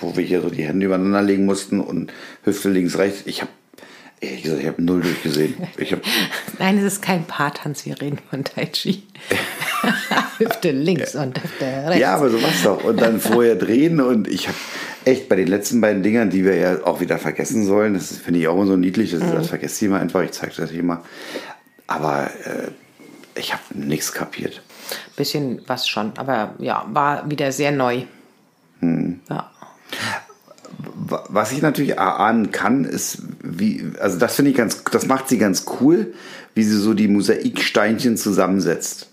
[SPEAKER 1] wo wir hier so die Hände übereinander legen mussten und Hüfte links, rechts, ich habe ehrlich gesagt, ich habe null durchgesehen. Ich habe
[SPEAKER 2] Nein, es ist kein Paartanz, wir reden von Tai Chi. Hüfte links und Hüfte rechts.
[SPEAKER 1] Ja, aber so was doch. Und dann vorher drehen und ich habe echt bei den letzten beiden Dingern, die wir ja auch wieder vergessen sollen, das ist- finde ich auch immer so niedlich, das, das vergesst ihr mal einfach, ich zeige das hier mal. Aber äh, ich habe nichts kapiert.
[SPEAKER 2] Bisschen was schon, aber ja, war wieder sehr neu.
[SPEAKER 1] Hm.
[SPEAKER 2] Ja.
[SPEAKER 1] Wa- Was ich natürlich erahnen kann, ist, wie, also das finde ich ganz, das macht sie ganz cool, wie sie so die Mosaiksteinchen zusammensetzt.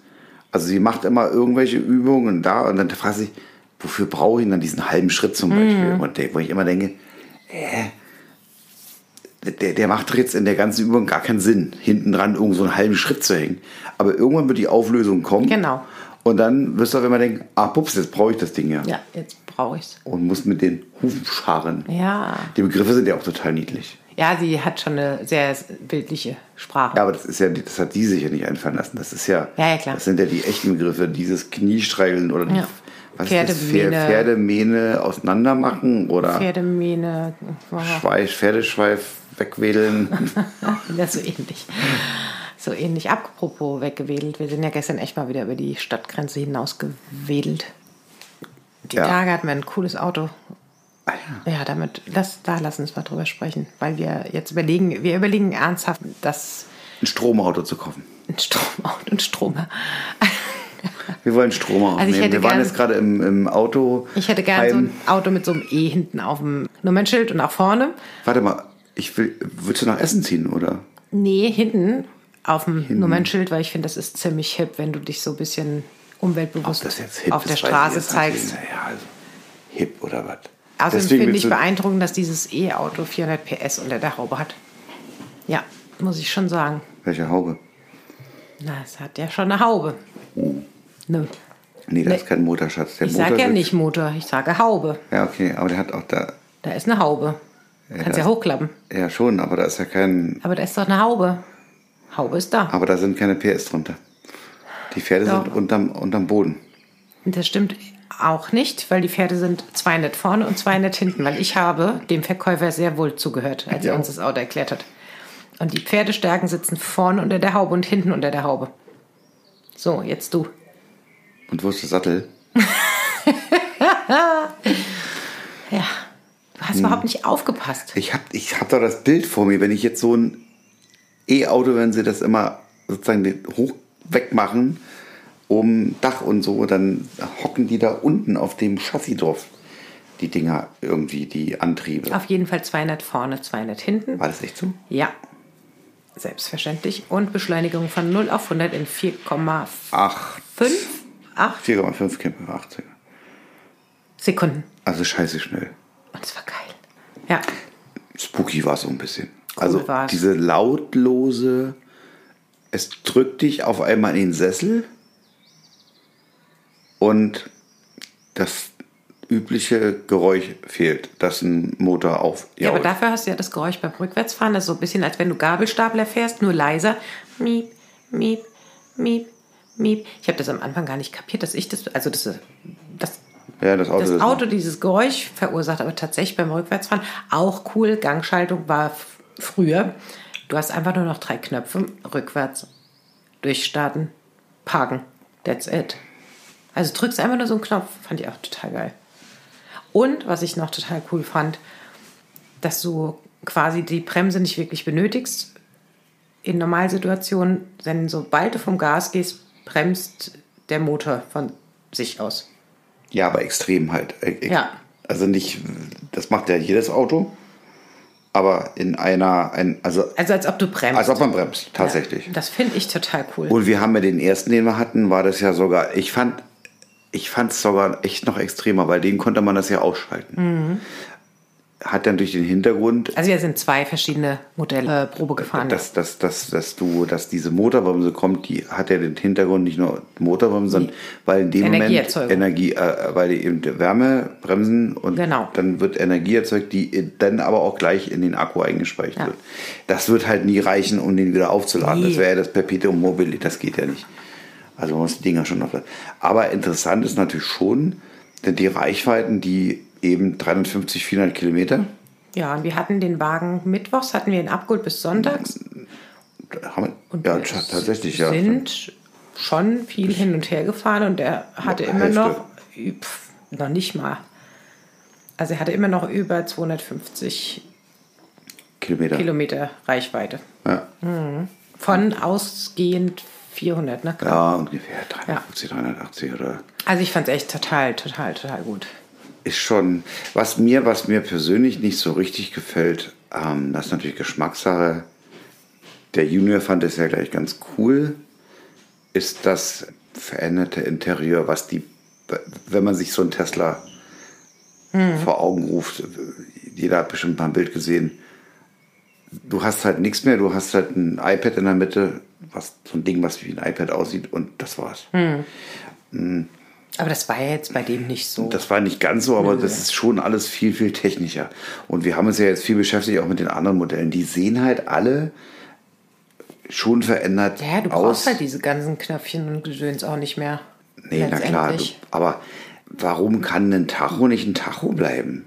[SPEAKER 1] Also sie macht immer irgendwelche Übungen da und dann fragt sie, wofür brauche ich denn dann diesen halben Schritt zum Beispiel? Und der, wo ich immer denke, äh, der, der macht doch jetzt in der ganzen Übung gar keinen Sinn, hinten dran irgend so einen halben Schritt zu hängen. Aber irgendwann wird die Auflösung kommen.
[SPEAKER 2] Genau.
[SPEAKER 1] Und dann wirst du auch immer denken, ah, pups, jetzt brauche ich das Ding ja.
[SPEAKER 2] Ja, jetzt brauche ich's.
[SPEAKER 1] Und muss mit den Hufen scharren.
[SPEAKER 2] Ja.
[SPEAKER 1] Die Begriffe sind ja auch total niedlich.
[SPEAKER 2] Ja, sie hat schon eine sehr bildliche Sprache.
[SPEAKER 1] Ja, aber das ist ja, das hat die sich ja nicht einfallen lassen. Das ist ja,
[SPEAKER 2] Ja, ja, klar.
[SPEAKER 1] das sind ja die echten Begriffe, dieses Kniestreicheln oder die,
[SPEAKER 2] Ja.
[SPEAKER 1] was ist
[SPEAKER 2] Pferdemähne.
[SPEAKER 1] das? Pfer- Pferdemähne auseinandermachen oder
[SPEAKER 2] Pferdemähne,
[SPEAKER 1] Schweif, Pferdeschweif wegwedeln.
[SPEAKER 2] das so ähnlich.
[SPEAKER 1] Hm.
[SPEAKER 2] So ähnlich. Apropos weggewedelt. Wir sind ja gestern echt mal wieder über die Stadtgrenze hinausgewedelt. Die
[SPEAKER 1] Ja.
[SPEAKER 2] Tage hatten wir ein cooles Auto.
[SPEAKER 1] Ah ja.
[SPEAKER 2] Ja, damit, das, da lassen wir uns mal drüber sprechen, weil wir jetzt überlegen, wir überlegen ernsthaft, dass
[SPEAKER 1] Ein Stromauto zu kaufen.
[SPEAKER 2] ein Stromauto und Stromer.
[SPEAKER 1] Wir wollen Stromer
[SPEAKER 2] Also ich
[SPEAKER 1] aufnehmen.
[SPEAKER 2] hätte
[SPEAKER 1] Wir waren
[SPEAKER 2] gern-
[SPEAKER 1] jetzt gerade im, im Auto.
[SPEAKER 2] Ich hätte gern so
[SPEAKER 1] Heim.
[SPEAKER 2] ein Auto mit so einem E hinten auf dem Nummernschild und auch vorne.
[SPEAKER 1] Warte mal, ich will. Willst du nach Essen ziehen, oder?
[SPEAKER 2] Nee, hinten auf dem Nummernschild, weil ich finde, das ist ziemlich hip, wenn du dich so ein bisschen umweltbewusst auf
[SPEAKER 1] ist,
[SPEAKER 2] der
[SPEAKER 1] weiß ich
[SPEAKER 2] Straße
[SPEAKER 1] jetzt natürlich
[SPEAKER 2] zeigst.
[SPEAKER 1] nicht. Ja, also hip oder was?
[SPEAKER 2] Außerdem
[SPEAKER 1] Deswegen
[SPEAKER 2] finde
[SPEAKER 1] willst du-
[SPEAKER 2] ich beeindruckend, dass dieses E-Auto 400 PS unter der Haube hat. Ja, muss ich schon sagen.
[SPEAKER 1] Welche Haube?
[SPEAKER 2] Na, es hat ja schon eine Haube.
[SPEAKER 1] Oh.
[SPEAKER 2] Ne.
[SPEAKER 1] Nee, das
[SPEAKER 2] Nee.
[SPEAKER 1] ist kein Motorschatz. Der
[SPEAKER 2] Ich
[SPEAKER 1] Motor
[SPEAKER 2] sage ja
[SPEAKER 1] sitzt-
[SPEAKER 2] nicht Motor, ich sage Haube.
[SPEAKER 1] Ja, okay, aber der hat auch da.
[SPEAKER 2] Da ist eine Haube. Kannst ja,
[SPEAKER 1] das-
[SPEAKER 2] hochklappen.
[SPEAKER 1] Ja, schon, aber da ist ja kein.
[SPEAKER 2] Aber da ist doch eine Haube. Haube ist da.
[SPEAKER 1] Aber da sind keine PS drunter. Die Pferde
[SPEAKER 2] Doch.
[SPEAKER 1] sind unterm, unterm Boden.
[SPEAKER 2] Und das stimmt auch nicht, weil die Pferde sind 200 vorne und 200 hinten, weil ich habe dem Verkäufer sehr wohl zugehört, als er
[SPEAKER 1] Ja.
[SPEAKER 2] uns das Auto erklärt hat. Und die Pferdestärken sitzen vorne unter der Haube und hinten unter der Haube. So, jetzt du.
[SPEAKER 1] Und wo ist der Sattel?
[SPEAKER 2] Ja, du hast überhaupt nicht aufgepasst.
[SPEAKER 1] Ich hab, ich hab da das Bild vor mir, wenn ich jetzt so ein. E-Auto, wenn sie das immer sozusagen den hoch wegmachen, um Dach und so, dann hocken die da unten auf dem Chassis drauf. Die Dinger irgendwie, die Antriebe.
[SPEAKER 2] Auf jeden Fall 200 vorne, 200 hinten.
[SPEAKER 1] War das echt so?
[SPEAKER 2] Ja, selbstverständlich. Und Beschleunigung von 0 auf 100 in 4,5,
[SPEAKER 1] Ach,
[SPEAKER 2] 8
[SPEAKER 1] 4,5 Kilometer 80.
[SPEAKER 2] Sekunden.
[SPEAKER 1] Also scheiße schnell.
[SPEAKER 2] Und es war geil. Ja,
[SPEAKER 1] Spooky war so ein bisschen. also
[SPEAKER 2] war's.
[SPEAKER 1] diese lautlose, es drückt dich auf einmal in den Sessel und das übliche Geräusch fehlt, dass ein Motor auf.
[SPEAKER 2] ja aber dafür hast du ja das Geräusch beim Rückwärtsfahren. Das ist so ein bisschen, als wenn du Gabelstapler fährst, nur leiser. Miep, miep, miep, miep. Ich habe das am Anfang gar nicht kapiert, dass ich das, also das, das
[SPEAKER 1] ja, das Auto,
[SPEAKER 2] das
[SPEAKER 1] das
[SPEAKER 2] Auto dieses Geräusch verursacht, aber tatsächlich beim Rückwärtsfahren auch cool. Gangschaltung war f- früher. Du hast einfach nur noch drei Knöpfe. Rückwärts, durchstarten, parken. That's it. Also drückst einfach nur so einen Knopf. Fand ich auch total geil. Und was ich noch total cool fand, dass du quasi die Bremse nicht wirklich benötigst. In Normalsituationen, denn sobald du vom Gas gehst, bremst der Motor von sich aus.
[SPEAKER 1] Ja, aber extrem halt. Äh, ex-
[SPEAKER 2] Ja.
[SPEAKER 1] Also nicht, das macht ja jedes Auto, aber in einer, ein, also
[SPEAKER 2] Also als ob du bremst.
[SPEAKER 1] als ob man bremst, tatsächlich.
[SPEAKER 2] Ja, das finde ich total cool.
[SPEAKER 1] Und wir haben ja den ersten, den wir hatten, war das ja sogar, ich fand ich fand es sogar echt noch extremer, weil den konnte man das ja ausschalten. Hat dann durch den Hintergrund,
[SPEAKER 2] also wir sind zwei verschiedene Modelle äh, Probe gefahren.
[SPEAKER 1] dass, dass, dass, dass du, dass diese Motorbremse kommt, die hat ja den Hintergrund nicht nur Motorbremse, sondern weil in dem Moment
[SPEAKER 2] Energieerzeugung.
[SPEAKER 1] Energie, äh, weil die eben die Wärme bremsen und
[SPEAKER 2] Genau.
[SPEAKER 1] dann wird Energie erzeugt, die dann aber auch gleich in den Akku eingespeichert
[SPEAKER 2] Ja.
[SPEAKER 1] wird. Das wird halt nie reichen, um den wieder aufzuladen.
[SPEAKER 2] Nee.
[SPEAKER 1] Das wäre ja das Perpetuum mobile, das geht ja nicht. Also man muss die Dinger schon aufladen. Aber interessant ist natürlich schon, denn die Reichweiten, die eben 350, 400 Kilometer,
[SPEAKER 2] ja, und wir hatten den Wagen mittwochs, hatten wir ihn abgeholt bis sonntags.
[SPEAKER 1] haben,
[SPEAKER 2] Und
[SPEAKER 1] ja,
[SPEAKER 2] wir
[SPEAKER 1] ta- tatsächlich, ja.
[SPEAKER 2] sind schon viel hin und her gefahren und er hatte
[SPEAKER 1] Ja,
[SPEAKER 2] immer
[SPEAKER 1] Hälfte.
[SPEAKER 2] noch, pf, noch nicht mal. Also er hatte immer noch über 250
[SPEAKER 1] Kilometer.
[SPEAKER 2] Kilometer Reichweite.
[SPEAKER 1] Ja.
[SPEAKER 2] Von ausgehend 400, ne?
[SPEAKER 1] Ja, ungefähr 350, 380 oder.
[SPEAKER 2] Also ich fand es echt total, total, total gut.
[SPEAKER 1] Ist schon, was mir, was mir persönlich nicht so richtig gefällt, ähm, das ist natürlich Geschmackssache. Der Junior fand es ja gleich ganz cool, ist das veränderte Interieur, was die, wenn man sich so einen Tesla vor Augen ruft, jeder hat bestimmt mal ein Bild gesehen, du hast halt nichts mehr, du hast halt ein iPad in der Mitte, was, so ein Ding, was wie ein iPad aussieht und das war's.
[SPEAKER 2] Aber das war ja jetzt bei dem nicht so.
[SPEAKER 1] Das war nicht ganz so, aber das ist schon alles viel, viel technischer. Und wir haben uns ja jetzt viel beschäftigt, auch mit den anderen Modellen. Die sehen halt alle schon verändert
[SPEAKER 2] Ja, du
[SPEAKER 1] aus.
[SPEAKER 2] brauchst halt diese ganzen Knöpfchen und Gedöns auch nicht mehr.
[SPEAKER 1] nee, na klar. Du,
[SPEAKER 2] letztendlich.
[SPEAKER 1] aber warum kann ein Tacho nicht ein Tacho bleiben?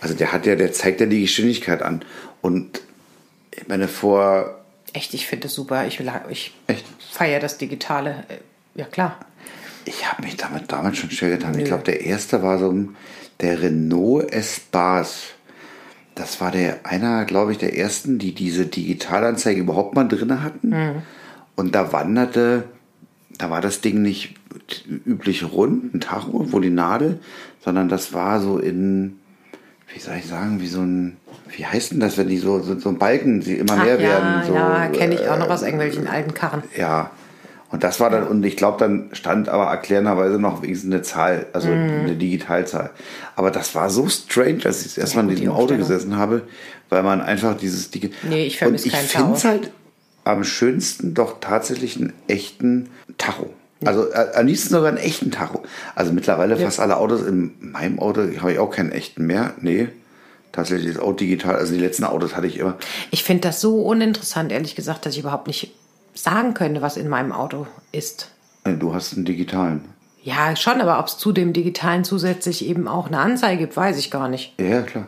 [SPEAKER 1] Also der hat ja, der zeigt ja die Geschwindigkeit an. Und ich meine, vor
[SPEAKER 2] Echt, ich finde das super. Ich, will- ich
[SPEAKER 1] Echt?
[SPEAKER 2] feiere das Digitale. Äh, Ja, klar.
[SPEAKER 1] Ich habe mich damit damals schon schwer getan. Ich glaube, der erste war so ein- der Renault Espace. Das war der einer, glaube ich, der ersten, die diese Digitalanzeige überhaupt mal drin hatten.
[SPEAKER 2] Hm.
[SPEAKER 1] Und da wanderte, da war das Ding nicht üblich rund, ein Tacho, wo die Nadel, sondern das war so in, wie soll ich sagen, wie so ein, wie heißt denn das, wenn die so, so, so ein Balken, die immer
[SPEAKER 2] Ach,
[SPEAKER 1] mehr
[SPEAKER 2] ja,
[SPEAKER 1] werden? So, äh,
[SPEAKER 2] ja, kenne ich auch noch aus irgendwelchen alten Karren.
[SPEAKER 1] ja. Und das war dann, und ich glaube, dann stand aber erklärenderweise noch wenigstens eine Zahl, also
[SPEAKER 2] Mhm.
[SPEAKER 1] eine Digitalzahl. Aber das war so strange, dass ich erstmal in
[SPEAKER 2] gut, die
[SPEAKER 1] diesem Auto
[SPEAKER 2] Umstellung.
[SPEAKER 1] gesessen habe, weil man einfach dieses Digi
[SPEAKER 2] Nee, ich vermiss
[SPEAKER 1] Und ich
[SPEAKER 2] keinen
[SPEAKER 1] finde es halt am schönsten doch tatsächlich einen echten Tacho. Also äh, am liebsten sogar einen echten Tacho. Also mittlerweile fast alle Autos, in meinem Auto habe ich auch keinen echten mehr. Nee, tatsächlich ist auch digital. Also die letzten Autos hatte ich immer.
[SPEAKER 2] Ich finde das so uninteressant, ehrlich gesagt, dass ich überhaupt nicht sagen könnte, was in meinem Auto ist.
[SPEAKER 1] Äh, Du hast einen digitalen.
[SPEAKER 2] Ja, schon, aber ob es zu dem Digitalen zusätzlich eben auch eine Anzeige gibt, weiß ich gar nicht.
[SPEAKER 1] Ja, Ja, klar.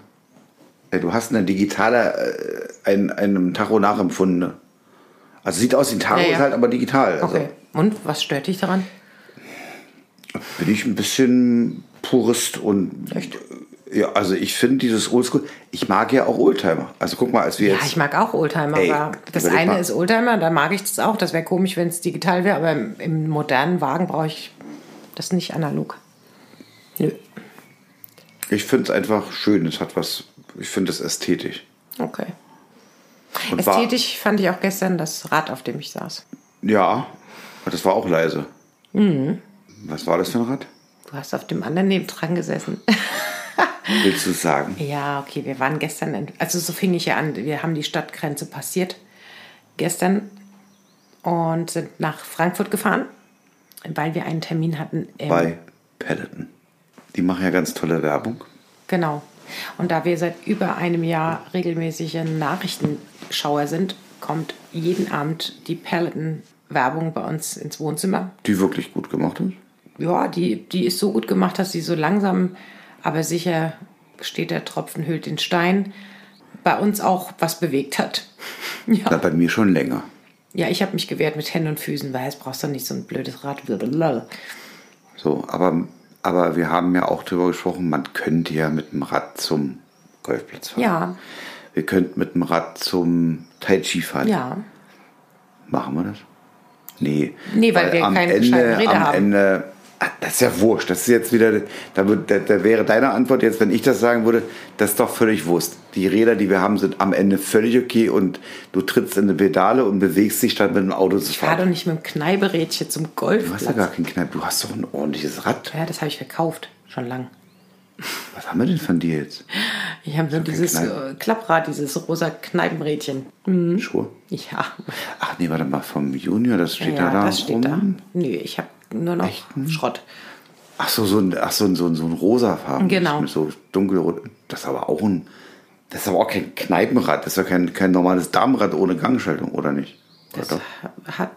[SPEAKER 1] Ja, du hast eine digitale, äh, ein, einem Tacho nachempfundene. Also sieht aus wie ein Tacho,
[SPEAKER 2] Ja, ja.
[SPEAKER 1] ist halt aber digital. Also
[SPEAKER 2] Okay. Und was stört dich daran?
[SPEAKER 1] bin ich ein bisschen Purist und Ja, also ich finde dieses Oldschool, ich mag ja auch Oldtimer. Also guck mal, als wir
[SPEAKER 2] Ja,
[SPEAKER 1] jetzt.
[SPEAKER 2] ich mag auch Oldtimer,
[SPEAKER 1] Ey,
[SPEAKER 2] aber das
[SPEAKER 1] überleg
[SPEAKER 2] eine
[SPEAKER 1] mal.
[SPEAKER 2] ist Oldtimer, da mag ich das auch. Das wäre komisch, wenn es digital wäre, aber im, im modernen Wagen brauche ich das nicht analog. Nö.
[SPEAKER 1] Ich finde es einfach schön. Es hat was. Ich finde es ästhetisch.
[SPEAKER 2] Okay.
[SPEAKER 1] Und war-
[SPEAKER 2] Ästhetisch fand ich auch gestern das Rad, auf dem ich saß.
[SPEAKER 1] Ja, aber das war auch leise.
[SPEAKER 2] Mhm.
[SPEAKER 1] Was war das für ein Rad?
[SPEAKER 2] Du hast auf dem anderen neben dran gesessen.
[SPEAKER 1] Willst du es sagen?
[SPEAKER 2] Ja, okay, wir waren gestern, in, also so fing ich ja an, wir haben die Stadtgrenze passiert gestern und sind nach Frankfurt gefahren, weil wir einen Termin hatten. im-
[SPEAKER 1] Bei Peloton. Die machen ja ganz tolle Werbung.
[SPEAKER 2] Genau. Und da wir seit über einem Jahr regelmäßige Nachrichtenschauer sind, kommt jeden Abend die Peloton-Werbung bei uns ins Wohnzimmer.
[SPEAKER 1] Die wirklich gut gemacht ist.
[SPEAKER 2] Ja, die, die ist so gut gemacht, dass sie so langsam, aber sicher steht der Tropfen, hüllt den Stein, bei uns auch was bewegt hat.
[SPEAKER 1] Na, bei mir schon länger.
[SPEAKER 2] Ja, ich habe mich gewehrt mit Händen und Füßen, weil es brauchst du nicht so ein blödes Rad. Blablabla.
[SPEAKER 1] So, aber, aber wir haben ja auch darüber gesprochen, man könnte ja mit dem Rad zum Golfplatz fahren.
[SPEAKER 2] Ja,
[SPEAKER 1] Wir könnten mit dem Rad zum Tai Chi fahren.
[SPEAKER 2] ja.
[SPEAKER 1] Machen wir das? Nee.
[SPEAKER 2] Nee, weil wir
[SPEAKER 1] am
[SPEAKER 2] keine
[SPEAKER 1] Ende,
[SPEAKER 2] gescheiten Räder
[SPEAKER 1] am
[SPEAKER 2] haben.
[SPEAKER 1] Ende, ah, das ist ja wurscht. Das ist jetzt wieder, da, wird- da, da wäre deine Antwort jetzt, wenn ich das sagen würde, das ist doch völlig Wurst. Die Räder, die wir haben, sind am Ende völlig okay und du trittst in eine Pedale und bewegst dich dann mit dem Auto zu
[SPEAKER 2] Fahr doch
[SPEAKER 1] fahren.
[SPEAKER 2] nicht mit dem Kneiberädchen zum
[SPEAKER 1] Du hast ja gar
[SPEAKER 2] Golfplatz.
[SPEAKER 1] keinen Knall. Du hast doch ein ordentliches Rad.
[SPEAKER 2] Ja, das habe ich verkauft, schon lang.
[SPEAKER 1] Was haben wir denn von dir jetzt?
[SPEAKER 2] Ich habe nur dieses
[SPEAKER 1] Kneipen-
[SPEAKER 2] äh, Klapprad, dieses rosa Kneipenrädchen. Hm?
[SPEAKER 1] Schuhe?
[SPEAKER 2] Ja,
[SPEAKER 1] Ach nee, warte mal, vom Junior, das steht
[SPEAKER 2] ja
[SPEAKER 1] da da.
[SPEAKER 2] das steht
[SPEAKER 1] rum. Hm.
[SPEAKER 2] da. Nö, ich habe nur noch Schrott.
[SPEAKER 1] Ach so, so ein, ach so, ein- so, ein- so ein rosafarben.
[SPEAKER 2] Genau.
[SPEAKER 1] Mit so dunkelrot. Das ist aber auch ein. Das ist aber auch kein Kneipenrad. Das ist ja kein, kein normales Damenrad ohne Gangschaltung, oder nicht? Oder
[SPEAKER 2] Das
[SPEAKER 1] Oh doch?
[SPEAKER 2] hat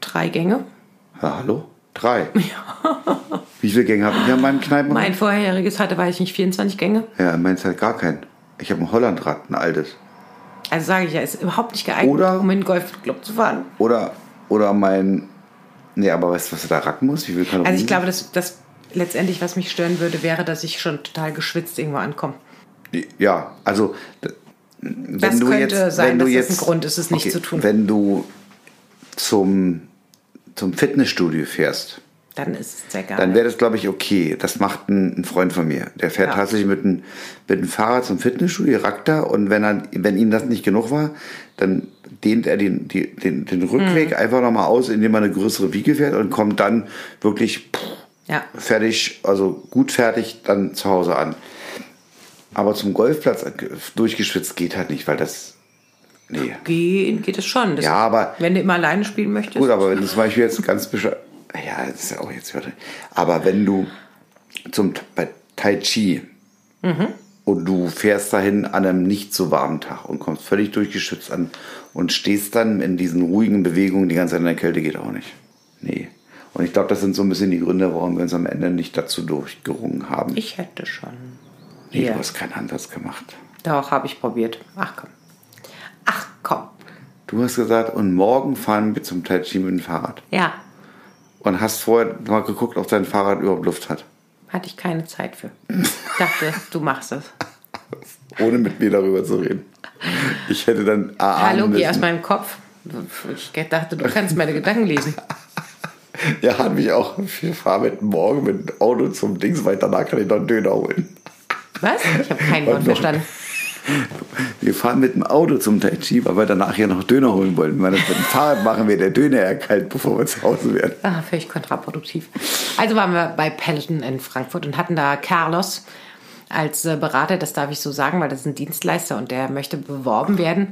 [SPEAKER 2] drei Gänge.
[SPEAKER 1] Ja, hallo? Drei. Wie viele Gänge habe ich an meinem Kneipenrad?
[SPEAKER 2] Mein vorheriges hatte, weiß ich nicht, 24 Gänge.
[SPEAKER 1] Ja, meins hat gar keinen. Ich habe ein Hollandrad, ein altes.
[SPEAKER 2] Also sage ich ja, ist überhaupt nicht geeignet,
[SPEAKER 1] Oder-
[SPEAKER 2] um in den Golfclub zu fahren.
[SPEAKER 1] Oder, oder mein. Nee, aber weißt du, was du da racken musst? Wie viel kann
[SPEAKER 2] Also ich glaube, dass das letztendlich, was mich stören würde, wäre, dass ich schon total geschwitzt irgendwo ankomme.
[SPEAKER 1] Ja, also. d- Wenn
[SPEAKER 2] Das
[SPEAKER 1] du
[SPEAKER 2] könnte
[SPEAKER 1] jetzt,
[SPEAKER 2] sein,
[SPEAKER 1] wenn du
[SPEAKER 2] dass das
[SPEAKER 1] jetzt,
[SPEAKER 2] ein Grund ist, es nicht zu tun.
[SPEAKER 1] Wenn du zum, zum Fitnessstudio fährst,
[SPEAKER 2] Dann ist es sehr geil.
[SPEAKER 1] dann wäre das, glaube ich, okay. Das macht ein, ein Freund von mir. Der fährt
[SPEAKER 2] Ja.
[SPEAKER 1] tatsächlich mit einem mit einem Fahrrad zum Fitnessstudio, rackt da und wenn, er, wenn ihm das nicht genug war, dann dehnt er den, die, den, den Rückweg
[SPEAKER 2] Mhm.
[SPEAKER 1] einfach nochmal aus, indem er eine größere Wiege fährt und kommt dann wirklich
[SPEAKER 2] ja.
[SPEAKER 1] fertig, also gut fertig, dann zu Hause an. Aber zum Golfplatz durchgeschwitzt geht halt nicht, weil das. Nee.
[SPEAKER 2] Gehen geht es schon. Das
[SPEAKER 1] Ja, aber
[SPEAKER 2] Wenn du immer alleine spielen möchtest.
[SPEAKER 1] Gut, aber wenn du zum Beispiel jetzt ganz bescheuert. Ja, das ist ja auch jetzt wieder. Aber wenn du zum bei Tai Chi
[SPEAKER 2] Mhm.
[SPEAKER 1] und du fährst dahin an einem nicht so warmen Tag und kommst völlig durchgeschützt an und stehst dann in diesen ruhigen Bewegungen die ganze Zeit in der Kälte geht auch nicht. Nee. Und ich glaube, das sind so ein bisschen die Gründe, warum wir uns am Ende nicht dazu durchgerungen haben.
[SPEAKER 2] Ich hätte schon.
[SPEAKER 1] nee,
[SPEAKER 2] ja.
[SPEAKER 1] du hast keinen Ansatz gemacht.
[SPEAKER 2] Doch, habe ich probiert. Ach komm. Ach komm.
[SPEAKER 1] Du hast gesagt, und morgen fahren wir zum Tai Chi mit dem Fahrrad.
[SPEAKER 2] Ja,
[SPEAKER 1] Und hast vorher mal geguckt, ob dein Fahrrad überhaupt Luft hat.
[SPEAKER 2] hatte ich keine Zeit für. Dachte, du machst es.
[SPEAKER 1] ohne mit mir darüber zu reden. Ich hätte dann erahnen
[SPEAKER 2] Hallo, geh aus
[SPEAKER 1] müssen.
[SPEAKER 2] meinem Kopf. Ich dachte, du kannst meine Gedanken lesen.
[SPEAKER 1] Ja, hat mich auch. Wir fahren mit morgen mit dem Auto zum Dings, weil danach kann ich noch einen Döner holen.
[SPEAKER 2] Was? Ich habe kein Wort
[SPEAKER 1] noch-
[SPEAKER 2] verstanden.
[SPEAKER 1] Wir fahren mit dem Auto zum Tai Chi, weil wir danach ja noch Döner holen wollen. Weil das mit dem Fahrrad machen wir der Döner ja kalt, bevor wir zu Hause werden.
[SPEAKER 2] Ah, völlig kontraproduktiv. Also waren wir bei Peloton in Frankfurt und hatten da Carlos als äh, Berater, das darf ich so sagen, weil das ist ein Dienstleister und der möchte beworben werden.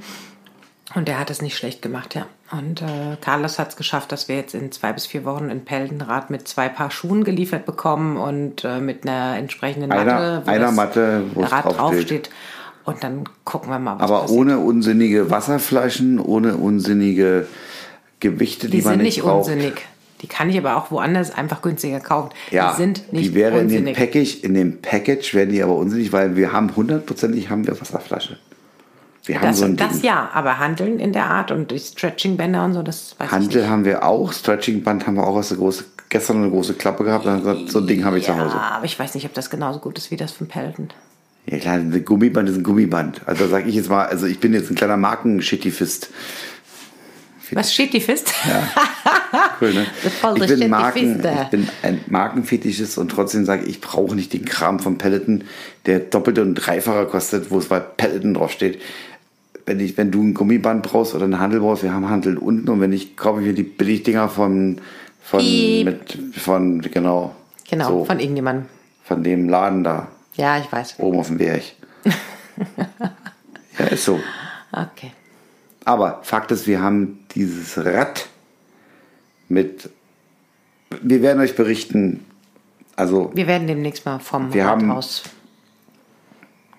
[SPEAKER 2] Und der hat es nicht schlecht gemacht, ja. Und äh, Carlos hat es geschafft, dass wir jetzt in zwei bis vier Wochen in Peltenrad mit zwei Paar Schuhen geliefert bekommen und äh, mit einer entsprechenden
[SPEAKER 1] Einer-
[SPEAKER 2] Matte, wo
[SPEAKER 1] einer
[SPEAKER 2] das
[SPEAKER 1] Matte, wo es
[SPEAKER 2] Rad
[SPEAKER 1] draufsteht.
[SPEAKER 2] draufsteht. Und dann gucken wir mal, was
[SPEAKER 1] Aber
[SPEAKER 2] passiert.
[SPEAKER 1] ohne unsinnige Wasserflaschen, ohne unsinnige Gewichte, die,
[SPEAKER 2] Die
[SPEAKER 1] man
[SPEAKER 2] sind
[SPEAKER 1] nicht
[SPEAKER 2] nicht
[SPEAKER 1] braucht.
[SPEAKER 2] unsinnig. Die kann ich aber auch woanders einfach günstiger kaufen.
[SPEAKER 1] Ja,
[SPEAKER 2] die sind nicht
[SPEAKER 1] die wäre in dem
[SPEAKER 2] unsinnig.
[SPEAKER 1] Package, in dem Package werden die aber unsinnig, weil wir haben hundertprozentig haben wir Wasserflasche. Wir haben
[SPEAKER 2] Das,
[SPEAKER 1] so ein Ding.
[SPEAKER 2] das ja, aber Handeln in der Art und die Stretching-Bänder und so, das weiß ich
[SPEAKER 1] Handel
[SPEAKER 2] nicht.
[SPEAKER 1] haben wir auch, Stretchingband haben wir auch, hast du große, gestern eine große Klappe gehabt, dann hat er gesagt, so ein Ding habe ich
[SPEAKER 2] ja,
[SPEAKER 1] zu Hause.
[SPEAKER 2] aber ich weiß nicht, ob das genauso gut ist wie das von Pelton.
[SPEAKER 1] Ja klar, ein Gummiband ist ein Gummiband. Also sage ich jetzt mal, also ich bin jetzt ein kleiner Marken-Shittifist.
[SPEAKER 2] Was steht die Fist?
[SPEAKER 1] Cool, ne?
[SPEAKER 2] Voll
[SPEAKER 1] ich,
[SPEAKER 2] der
[SPEAKER 1] bin Marken,
[SPEAKER 2] Shittifist, äh.
[SPEAKER 1] ich bin ein Markenfetischist und trotzdem sage ich, ich brauche nicht den Kram von Peloton, der doppelte und dreifacher kostet, wo es bei Peloton draufsteht. Wenn, ich, wenn du ein Gummiband brauchst oder einen Handel brauchst, wir haben Handel unten und wenn nicht, kaufe ich mir die Billigdinger von, von,
[SPEAKER 2] Piep.
[SPEAKER 1] mit, von genau,
[SPEAKER 2] Genau,
[SPEAKER 1] so,
[SPEAKER 2] von irgendjemandem.
[SPEAKER 1] von dem Laden da
[SPEAKER 2] Ja, ich weiß.
[SPEAKER 1] oben auf dem Berg. ja, ist so.
[SPEAKER 2] Okay.
[SPEAKER 1] Aber Fakt ist, wir haben dieses Rad mit. Wir werden euch berichten. Also,
[SPEAKER 2] Wir werden demnächst mal vom
[SPEAKER 1] Wir haben-
[SPEAKER 2] aus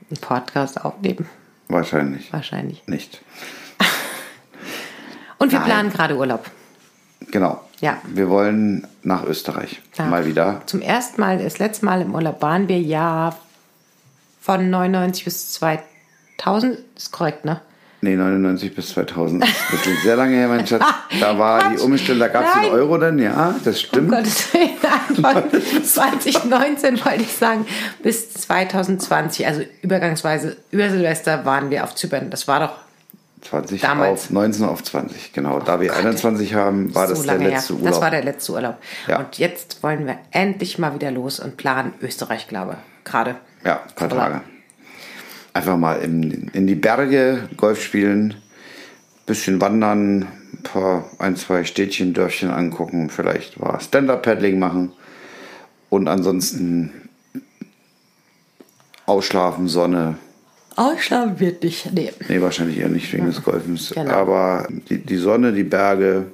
[SPEAKER 2] einen Podcast aufnehmen,
[SPEAKER 1] wahrscheinlich
[SPEAKER 2] wahrscheinlich.
[SPEAKER 1] nicht.
[SPEAKER 2] Und wir
[SPEAKER 1] Nein.
[SPEAKER 2] planen gerade Urlaub.
[SPEAKER 1] Genau.
[SPEAKER 2] Ja.
[SPEAKER 1] Wir wollen nach Österreich.
[SPEAKER 2] Ja.
[SPEAKER 1] Mal wieder.
[SPEAKER 2] Zum ersten Mal, das letzte Mal im Urlaub waren wir ja von 99 bis 2000, ist korrekt, ne?
[SPEAKER 1] Nee, 99 bis 2000. Das liegt sehr lange her, mein Schatz. Da war die
[SPEAKER 2] Quatsch.
[SPEAKER 1] Umstellung, da gab es den
[SPEAKER 2] Nein.
[SPEAKER 1] Euro dann, ja, das
[SPEAKER 2] Um
[SPEAKER 1] stimmt.
[SPEAKER 2] Gottes Willen, nein, von 2019 wollte ich sagen, bis 2020, also übergangsweise über Silvester waren wir auf Zypern. Das war doch
[SPEAKER 1] 20
[SPEAKER 2] Damals. Oh
[SPEAKER 1] auf 19 auf 20, genau. da wir 21 haben, war das
[SPEAKER 2] so
[SPEAKER 1] der
[SPEAKER 2] lange
[SPEAKER 1] letzte
[SPEAKER 2] her.
[SPEAKER 1] Urlaub.
[SPEAKER 2] Das war der letzte Urlaub.
[SPEAKER 1] Ja.
[SPEAKER 2] Und jetzt wollen wir endlich mal wieder los und planen Österreich, glaube gerade.
[SPEAKER 1] Ja, ein paar
[SPEAKER 2] Urlaub.
[SPEAKER 1] Tage. Einfach mal in, in die Berge Golf spielen, bisschen wandern, ein paar, ein, zwei Städtchen, Dörfchen angucken, vielleicht mal Stand-Up-Paddling machen und ansonsten ausschlafen, Sonne.
[SPEAKER 2] Ausschlafen wird nicht. Nee.
[SPEAKER 1] Nee, wahrscheinlich eher nicht wegen des Golfens.
[SPEAKER 2] Genau.
[SPEAKER 1] Aber die, die Sonne, die Berge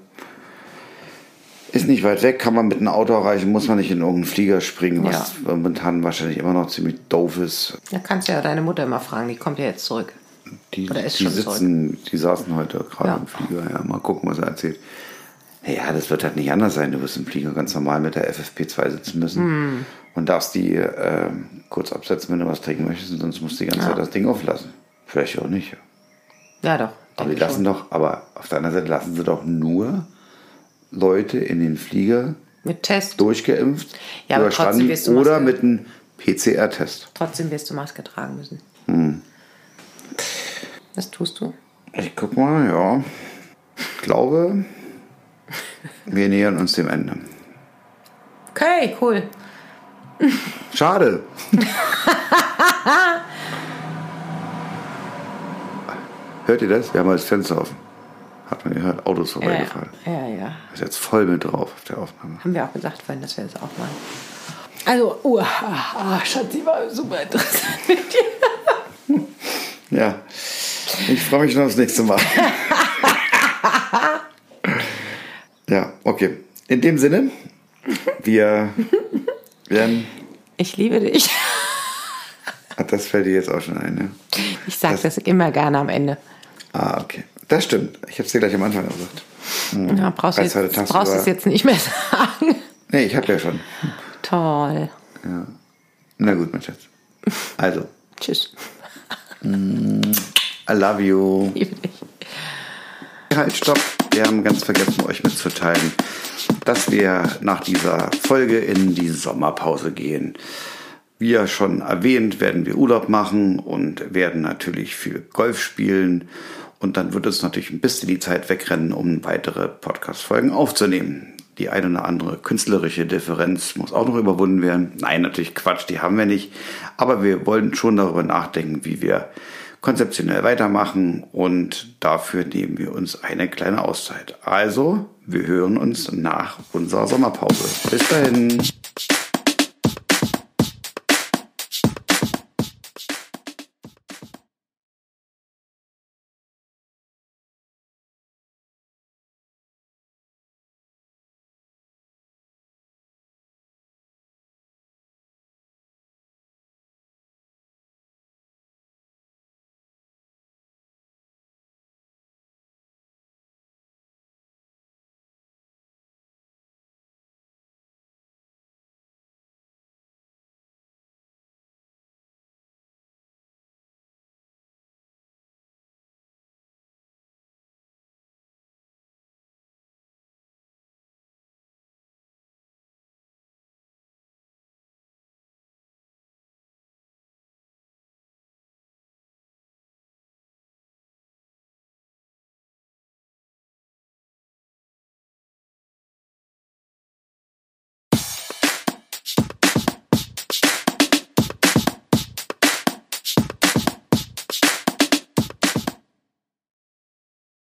[SPEAKER 1] ist nicht weit weg, kann man mit einem Auto erreichen, muss man nicht in irgendeinen Flieger springen, was momentan wahrscheinlich immer noch ziemlich doof ist.
[SPEAKER 2] Da kannst du ja deine Mutter mal fragen, die kommt ja jetzt zurück.
[SPEAKER 1] Die,
[SPEAKER 2] Oder ist
[SPEAKER 1] die
[SPEAKER 2] schon
[SPEAKER 1] sitzen, die saßen heute gerade
[SPEAKER 2] Ja.
[SPEAKER 1] im Flieger. Ja, mal gucken, was er erzählt. Naja, das wird halt nicht anders sein. Du wirst im Flieger ganz normal mit der FFP2 sitzen müssen
[SPEAKER 2] Hm.
[SPEAKER 1] und darfst die ähm, kurz absetzen, wenn du was trinken möchtest, sonst musst du die ganze Zeit das Ding auflassen. Vielleicht auch nicht.
[SPEAKER 2] Ja doch.
[SPEAKER 1] Aber
[SPEAKER 2] denke
[SPEAKER 1] die lassen
[SPEAKER 2] schon.
[SPEAKER 1] doch, aber auf der anderen Seite lassen sie doch nur Leute in den Flieger
[SPEAKER 2] Mit Test.
[SPEAKER 1] durchgeimpft,
[SPEAKER 2] Ja, aber trotzdem
[SPEAKER 1] überstanden
[SPEAKER 2] wirst du
[SPEAKER 1] oder
[SPEAKER 2] Maske-
[SPEAKER 1] mit einem PCR-Test.
[SPEAKER 2] Trotzdem wirst du Maske tragen müssen.
[SPEAKER 1] Hm.
[SPEAKER 2] Das tust du?
[SPEAKER 1] Ich guck mal, ja. Ich glaube, wir nähern uns dem Ende.
[SPEAKER 2] Okay, cool.
[SPEAKER 1] Schade. Hört ihr das? Wir haben mal das Fenster offen. Hat man gehört, Autos
[SPEAKER 2] Ja,
[SPEAKER 1] vorbeigefahren.
[SPEAKER 2] ja, ja.
[SPEAKER 1] Ist jetzt voll mit drauf auf der Aufnahme.
[SPEAKER 2] Haben wir auch gesagt vorhin, dass wir das auch machen. Also, uh, ah, ah, Schatzi war super interessant mit dir.
[SPEAKER 1] Ja. Ich freue mich schon aufs nächste Mal. ja, okay. In dem Sinne, wir werden.
[SPEAKER 2] Ich liebe dich.
[SPEAKER 1] Ach, das fällt dir jetzt auch schon ein, ne?
[SPEAKER 2] Ich sage das immer gerne am Ende.
[SPEAKER 1] Ah, okay. Das stimmt. Ich habe es dir gleich am Anfang gesagt.
[SPEAKER 2] Ja, brauchst du
[SPEAKER 1] Hm. Als
[SPEAKER 2] jetzt,
[SPEAKER 1] heute tagsüber-
[SPEAKER 2] brauchst du es jetzt nicht mehr sagen.
[SPEAKER 1] Nee, ich habe ja schon.
[SPEAKER 2] Toll.
[SPEAKER 1] Na gut, mein Schatz. Also,
[SPEAKER 2] Tschüss.
[SPEAKER 1] I love you.
[SPEAKER 2] Liebe dich.
[SPEAKER 1] Halt, stopp. Wir haben ganz vergessen, euch mitzuteilen, dass wir nach dieser Folge in die Sommerpause gehen. Wie ja schon erwähnt, werden wir Urlaub machen und werden natürlich viel Golf spielen. Und dann wird uns natürlich ein bisschen die Zeit wegrennen, um weitere Podcast-Folgen aufzunehmen. Die eine oder andere künstlerische Differenz muss auch noch überwunden werden. Nein, natürlich Quatsch, die haben wir nicht. Aber wir wollen schon darüber nachdenken, wie wir konzeptionell weitermachen und dafür nehmen wir uns eine kleine Auszeit. Also, wir hören uns nach unserer Sommerpause. Bis dahin.